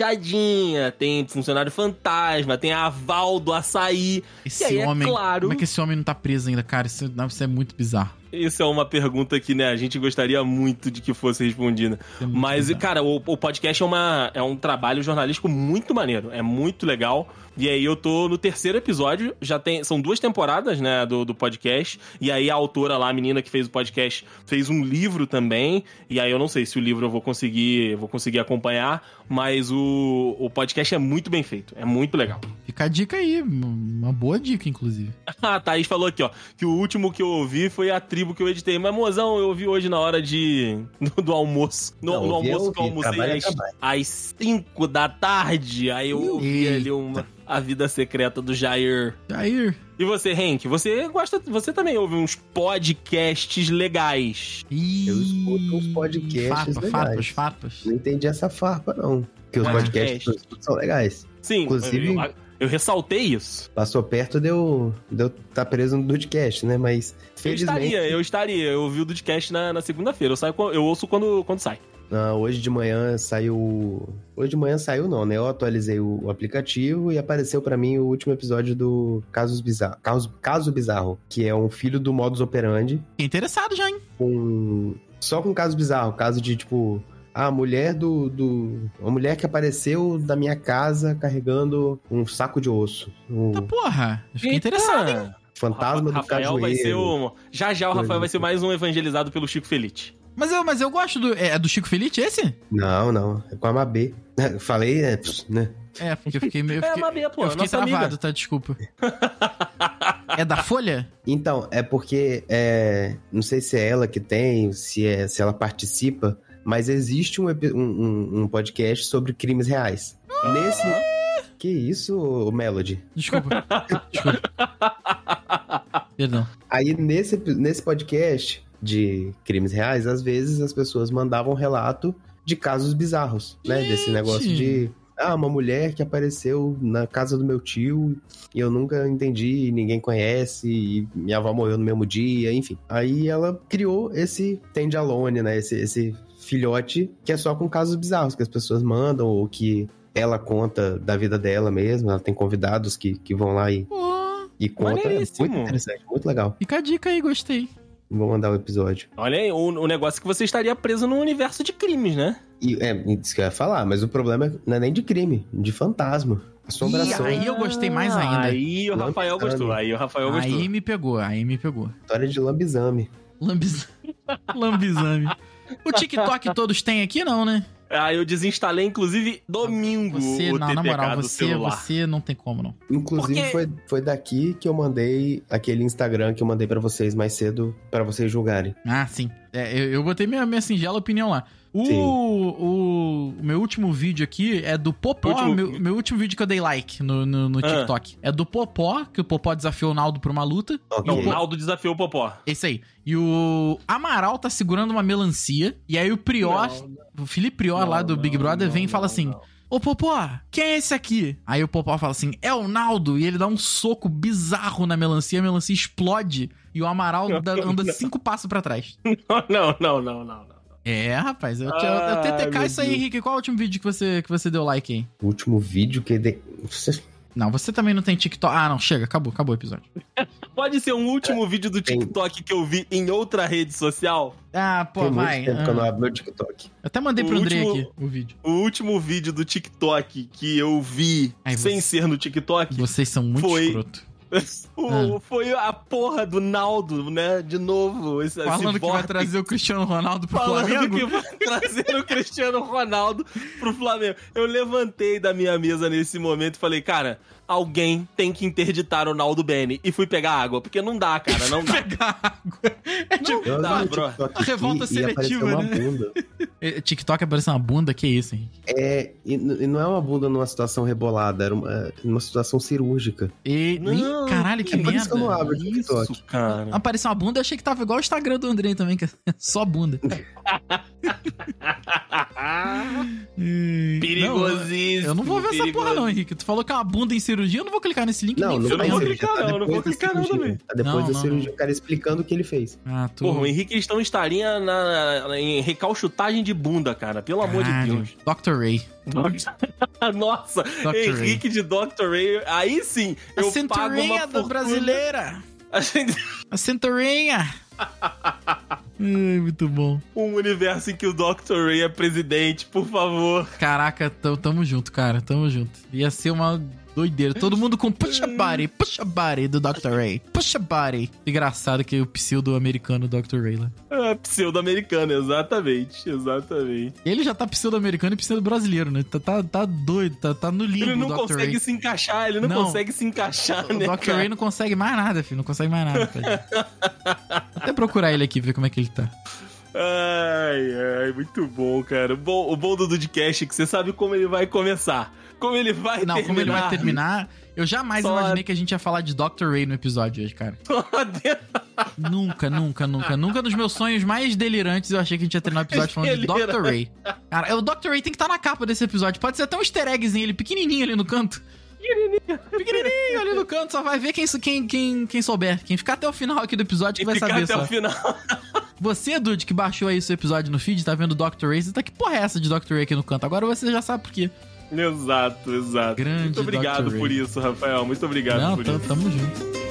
[SPEAKER 3] rachadinha, tem funcionário fantasma, tem aval do açaí.
[SPEAKER 2] Esse
[SPEAKER 3] E aí, é
[SPEAKER 2] homem.
[SPEAKER 3] claro-
[SPEAKER 2] Como é que esse homem não tá preso ainda, cara? Isso, não, isso é muito bizarro.
[SPEAKER 3] Isso é uma pergunta que, né, a gente gostaria muito de que fosse respondida.
[SPEAKER 2] Isso é muito
[SPEAKER 3] Mas,
[SPEAKER 2] bizarro.
[SPEAKER 3] cara, o, o podcast é, uma, é um trabalho jornalístico muito maneiro. É muito legal. E aí eu tô no terceiro episódio. Já tem. São duas temporadas, né, do, do podcast. E aí a autora lá, a menina que fez o podcast, fez um livro também. E aí eu não sei se o livro eu vou conseguir. Vou conseguir acompanhar. Mas o, o podcast é muito bem feito. É muito legal. *laughs*
[SPEAKER 2] Fica a dica aí, m- uma boa dica, inclusive.
[SPEAKER 3] A Thaís falou aqui, ó, que o último que eu ouvi foi a tribo que eu editei. Mas, mozão, eu ouvi hoje na hora de. *laughs* do, do almoço. No,
[SPEAKER 4] Não,
[SPEAKER 3] no
[SPEAKER 4] ouvi,
[SPEAKER 3] almoço que eu
[SPEAKER 4] ouvi.
[SPEAKER 3] almocei
[SPEAKER 4] Trabalho é
[SPEAKER 3] às,
[SPEAKER 4] trabalho.
[SPEAKER 3] às 5 da tarde. Aí eu ouvi
[SPEAKER 2] Eita.
[SPEAKER 3] ali uma, a vida secreta do Jair.
[SPEAKER 2] Jair.
[SPEAKER 3] E você, Henk, você gosta. Você também ouve uns podcasts legais.
[SPEAKER 2] Ih,
[SPEAKER 4] Eu escuto uns podcasts
[SPEAKER 2] Fapa,
[SPEAKER 4] legais.
[SPEAKER 2] fapas, fapas.
[SPEAKER 4] Não entendi essa farpa, não. Porque os
[SPEAKER 3] Ah,
[SPEAKER 4] podcasts que eu
[SPEAKER 3] podcast.
[SPEAKER 4] escuto são legais.
[SPEAKER 3] Sim,
[SPEAKER 4] Inclusive-
[SPEAKER 3] eu, eu ressaltei isso.
[SPEAKER 4] Passou perto de eu, de eu tá preso no podcast, né? Mas,
[SPEAKER 3] Eu
[SPEAKER 4] felizmente.
[SPEAKER 3] estaria, eu estaria. Eu ouvi o podcast na, na segunda-feira. Eu, saio co- eu ouço quando, quando sai.
[SPEAKER 4] Ah, hoje de manhã saiu. Hoje de manhã saiu, não, né? Eu atualizei o, o aplicativo e apareceu pra mim o último episódio do Casos Bizarro, Caso, Caso Bizarro, que é um filho do modus operandi,
[SPEAKER 2] Fiquei interessado já, hein?
[SPEAKER 4] com. Só com caso bizarro, caso de tipo. A mulher do, do. A mulher que apareceu da minha casa carregando um saco de osso. O
[SPEAKER 2] Tá porra. Eu Fiquei
[SPEAKER 3] Eita.
[SPEAKER 2] interessado, hein?
[SPEAKER 4] fantasma do
[SPEAKER 3] Rafael
[SPEAKER 4] cajueiro.
[SPEAKER 3] vai ser o... Já já o
[SPEAKER 4] Coisa
[SPEAKER 3] Rafael vai
[SPEAKER 4] do
[SPEAKER 3] ser
[SPEAKER 4] tipo.
[SPEAKER 3] mais um evangelizado pelo Chico Felite.
[SPEAKER 2] Mas eu, mas eu gosto do. É, é do Chico Felite esse?
[SPEAKER 4] Não, não. É com a Mabê. *laughs* Falei, é, pss, né?
[SPEAKER 2] É, porque eu fiquei
[SPEAKER 3] *laughs*
[SPEAKER 2] meio. Eu
[SPEAKER 3] é,
[SPEAKER 2] fiquei,
[SPEAKER 3] Mabê, pô,
[SPEAKER 2] eu fiquei
[SPEAKER 3] nossa
[SPEAKER 2] travado,
[SPEAKER 3] amiga.
[SPEAKER 2] tá? Desculpa. é da Folha?
[SPEAKER 4] Então, é porque é, não sei se é ela que tem, se, é, se ela participa, mas existe um, epi- um- um- um podcast sobre crimes reais. Nesse. Que isso, ô Melody?
[SPEAKER 2] Desculpa.
[SPEAKER 3] *laughs*
[SPEAKER 2] Desculpa. Perdão.
[SPEAKER 4] Aí nesse, epi- nesse podcast de crimes reais, às vezes as pessoas mandavam um relato de casos bizarros, né? Desse
[SPEAKER 2] Gente!
[SPEAKER 4] negócio de. Ah, uma mulher que apareceu na casa do meu tio e eu nunca entendi, e ninguém conhece, e minha avó morreu no mesmo dia, enfim. Aí ela criou esse Tende Alone, né? Esse, esse filhote que é só com casos bizarros que as pessoas mandam ou que ela conta da vida dela mesma. Ela tem convidados que, que vão lá e,
[SPEAKER 2] Pô,
[SPEAKER 4] e conta. É muito
[SPEAKER 3] Maneiríssimo.
[SPEAKER 4] interessante, muito legal.
[SPEAKER 2] fica a dica aí, gostei.
[SPEAKER 4] Vou mandar o episódio.
[SPEAKER 3] Olha aí, o, o negócio é que você estaria preso num universo de crimes, né?
[SPEAKER 4] E é isso que eu ia falar, mas o problema é- não é nem de crime, de fantasma. Assombração.
[SPEAKER 2] Ih, aí eu gostei mais ainda.
[SPEAKER 3] Ah, Aí o Rafael
[SPEAKER 4] Lambiscano.
[SPEAKER 3] gostou, aí o Rafael gostou.
[SPEAKER 2] Aí me pegou, aí me pegou.
[SPEAKER 4] História de lambizame.
[SPEAKER 2] *laughs* Lambiz... Lambizame. O TikTok todos têm aqui, não, né?
[SPEAKER 3] Ah, eu desinstalei, inclusive, domingo
[SPEAKER 2] Você,
[SPEAKER 3] o
[SPEAKER 2] não,
[SPEAKER 3] TTK
[SPEAKER 2] na moral,
[SPEAKER 3] do
[SPEAKER 2] você,
[SPEAKER 3] celular.
[SPEAKER 2] você não tem como, não.
[SPEAKER 4] Inclusive,
[SPEAKER 3] Porque-
[SPEAKER 4] foi, foi daqui que eu mandei aquele Instagram que eu mandei pra vocês mais cedo, pra vocês julgarem.
[SPEAKER 2] Ah, sim. É, eu, eu botei minha, minha singela opinião lá. O,
[SPEAKER 4] Sim.
[SPEAKER 2] o, o meu último vídeo aqui é do Popó,
[SPEAKER 3] Último-
[SPEAKER 2] Meu, meu último vídeo que eu dei like no, no, no
[SPEAKER 3] Ah.
[SPEAKER 2] TikTok. É do Popó, que o Popó desafiou o Naldo pra uma luta.
[SPEAKER 4] Ok.
[SPEAKER 3] Não, o Naldo desafiou o Popó.
[SPEAKER 2] Esse aí. E o Amaral tá segurando uma melancia. E aí o Prior, o Felipe Prior lá do Big Brother, vem e fala assim: Ô Popó, quem é esse aqui? Aí o Popó fala assim: é o Naldo. E ele dá um soco bizarro na melancia, a melancia explode. E o Amaral
[SPEAKER 3] Não, *laughs*
[SPEAKER 2] dá- anda
[SPEAKER 3] não.
[SPEAKER 2] cinco passos pra trás.
[SPEAKER 3] *laughs* Não, não, não, não, não.
[SPEAKER 2] É É, rapaz. Eu, te- eu- eu
[SPEAKER 3] Ai,
[SPEAKER 2] TTK
[SPEAKER 3] meu
[SPEAKER 2] isso aí,
[SPEAKER 3] Deus.
[SPEAKER 2] Henrique. Qual é o último vídeo que você, que você deu like aí?
[SPEAKER 4] O último vídeo que... De... Você
[SPEAKER 2] Não, você também não tem TikTok. Ah, não, chega, acabou, acabou o episódio.
[SPEAKER 3] Pode ser um último vídeo do
[SPEAKER 4] tem-
[SPEAKER 3] TikTok que eu vi em outra rede social?
[SPEAKER 2] Ah, pô,
[SPEAKER 4] tem
[SPEAKER 2] vai.
[SPEAKER 4] muito tempo que eu não
[SPEAKER 2] ah.
[SPEAKER 4] abro meu TikTok.
[SPEAKER 2] Eu até mandei
[SPEAKER 3] O
[SPEAKER 2] pro André
[SPEAKER 3] último-
[SPEAKER 2] aqui o vídeo.
[SPEAKER 3] O último vídeo do TikTok que eu vi
[SPEAKER 2] Ai, você-
[SPEAKER 3] sem ser no TikTok
[SPEAKER 2] Vocês são muito
[SPEAKER 3] Foi.
[SPEAKER 2] escroto.
[SPEAKER 3] *laughs* o-
[SPEAKER 2] Ah.
[SPEAKER 3] foi a porra do Naldo, né? De novo. Esse, esse
[SPEAKER 2] Falando que vai
[SPEAKER 3] vórtice.
[SPEAKER 2] trazer o Cristiano Ronaldo pro
[SPEAKER 3] Falando
[SPEAKER 2] Flamengo.
[SPEAKER 3] que vai *laughs* trazer o Cristiano Ronaldo pro Flamengo. Eu levantei da minha mesa nesse momento e falei, cara, alguém tem que interditar o Naldo Bene. E fui pegar água, porque não dá, cara,
[SPEAKER 2] *laughs*
[SPEAKER 3] não dá.
[SPEAKER 2] *laughs* Pegar água.
[SPEAKER 3] Não
[SPEAKER 4] Eu
[SPEAKER 3] dá,
[SPEAKER 4] abri o
[SPEAKER 3] bro.
[SPEAKER 4] TikTok
[SPEAKER 2] A revolta
[SPEAKER 4] aqui e apareceu
[SPEAKER 2] seletiva,
[SPEAKER 4] uma
[SPEAKER 2] né?
[SPEAKER 4] bunda.
[SPEAKER 2] Eh, TikTok aparecendo uma bunda, que isso, Henrique?
[SPEAKER 4] É, e n- e não é uma bunda numa situação rebolada, era uma, é, numa situação cirúrgica.
[SPEAKER 2] E,
[SPEAKER 3] Não,
[SPEAKER 2] Ih, caralho, que
[SPEAKER 4] é por
[SPEAKER 2] merda.
[SPEAKER 4] isso que eu não abro o TikTok.
[SPEAKER 3] Isso, cara.
[SPEAKER 2] Apareceu uma bunda, eu achei que tava igual o Instagram do Andrei também, que é *laughs* só bunda. Hum, Não,
[SPEAKER 3] *laughs* Perigosíssimo.
[SPEAKER 2] eu não vou ver essa porra, não, Henrique. Tu falou que é uma bunda em cirurgia, eu não vou clicar nesse link
[SPEAKER 4] Não,
[SPEAKER 2] nem
[SPEAKER 4] não
[SPEAKER 3] eu
[SPEAKER 4] vai
[SPEAKER 3] não vou
[SPEAKER 4] ser,
[SPEAKER 2] fudendo.
[SPEAKER 4] já
[SPEAKER 3] clicar,
[SPEAKER 4] tá
[SPEAKER 3] não, eu não
[SPEAKER 4] depois
[SPEAKER 3] vou
[SPEAKER 4] da
[SPEAKER 3] clicar, não,
[SPEAKER 4] cirurgia.
[SPEAKER 3] também.
[SPEAKER 4] Tá depois
[SPEAKER 2] Não,
[SPEAKER 4] da
[SPEAKER 2] não,
[SPEAKER 4] cirurgia, o cara explicando o que ele fez.
[SPEAKER 2] Ah, tô.
[SPEAKER 3] Porra, o Henrique estão estaria na, na- em recalchutagem de bunda, cara. Pelo amor de
[SPEAKER 2] Caralho.
[SPEAKER 3] Deus. *laughs*
[SPEAKER 2] Dr. Ray.
[SPEAKER 3] Nossa,
[SPEAKER 2] Dr. Ray.
[SPEAKER 3] Henrique de Dr. Ray. Aí sim,
[SPEAKER 2] A
[SPEAKER 3] eu pago uma
[SPEAKER 2] cinturinha da
[SPEAKER 3] fortuna.
[SPEAKER 2] brasileira.
[SPEAKER 3] *laughs* A gente
[SPEAKER 2] A cinturinha.
[SPEAKER 3] *laughs*
[SPEAKER 2] Ai, muito bom.
[SPEAKER 3] um universo em que o Dr. Ray é presidente, por favor.
[SPEAKER 2] Caraca, tam- tamo junto, cara. Tamo junto. Ia ser uma doideira. Todo mundo com puxa body, puxa body do Dr. Ray. Puxa body. Engraçado que é o pseudo americano do Dr. Ray lá.
[SPEAKER 3] É, pseudo-americano, exatamente, exatamente.
[SPEAKER 2] Ele já tá pseudo americano e pseudo brasileiro, né? Tá, tá, tá doido, tá, tá no limbo
[SPEAKER 3] Ele não
[SPEAKER 2] o Dr.
[SPEAKER 3] consegue
[SPEAKER 2] Ray.
[SPEAKER 3] se encaixar, ele não,
[SPEAKER 2] Não.
[SPEAKER 3] consegue se encaixar, né,
[SPEAKER 2] O Dr.
[SPEAKER 3] cara?
[SPEAKER 2] Ray não consegue mais nada, filho. Não consegue mais nada.
[SPEAKER 3] *laughs*
[SPEAKER 2] tadinho. Vou até procurar ele aqui, ver como é que ele tá.
[SPEAKER 3] Ai, ai, muito bom, cara. O bom, o bom do Dudcast é que você sabe como ele vai começar. Como ele vai
[SPEAKER 2] Não,
[SPEAKER 3] terminar.
[SPEAKER 2] como ele vai terminar. Eu jamais
[SPEAKER 3] Só-
[SPEAKER 2] imaginei que a gente ia falar de Dr. Ray no episódio hoje, cara. Nunca, nunca, nunca. Nunca nos meus sonhos mais delirantes eu achei que a gente ia terminar o episódio falando de
[SPEAKER 3] Delirante.
[SPEAKER 2] Dr. Ray. Cara, é, o Dr. Ray tem que estar na capa desse episódio. Pode ser até um easter eggzinho, ele pequenininho ali no canto. Pequenininho. Pequenininho ali no canto. Só vai ver quem, sou- quem, quem, quem souber. Quem ficar até o final aqui do episódio que
[SPEAKER 3] e
[SPEAKER 2] vai
[SPEAKER 3] ficar
[SPEAKER 2] saber
[SPEAKER 3] até
[SPEAKER 2] só.
[SPEAKER 3] o final. *laughs*
[SPEAKER 2] Você, Dude, que baixou aí seu episódio no feed, tá vendo o Dr. Ray, você tá que porra é essa de Dr. Ray aqui no canto? Agora você já sabe por quê.
[SPEAKER 3] Exato, exato.
[SPEAKER 2] Grande
[SPEAKER 3] muito obrigado
[SPEAKER 2] Dr. Ray.
[SPEAKER 3] por isso, Rafael. Muito obrigado
[SPEAKER 2] Não,
[SPEAKER 3] por
[SPEAKER 2] tam-
[SPEAKER 3] isso.
[SPEAKER 2] tamo junto.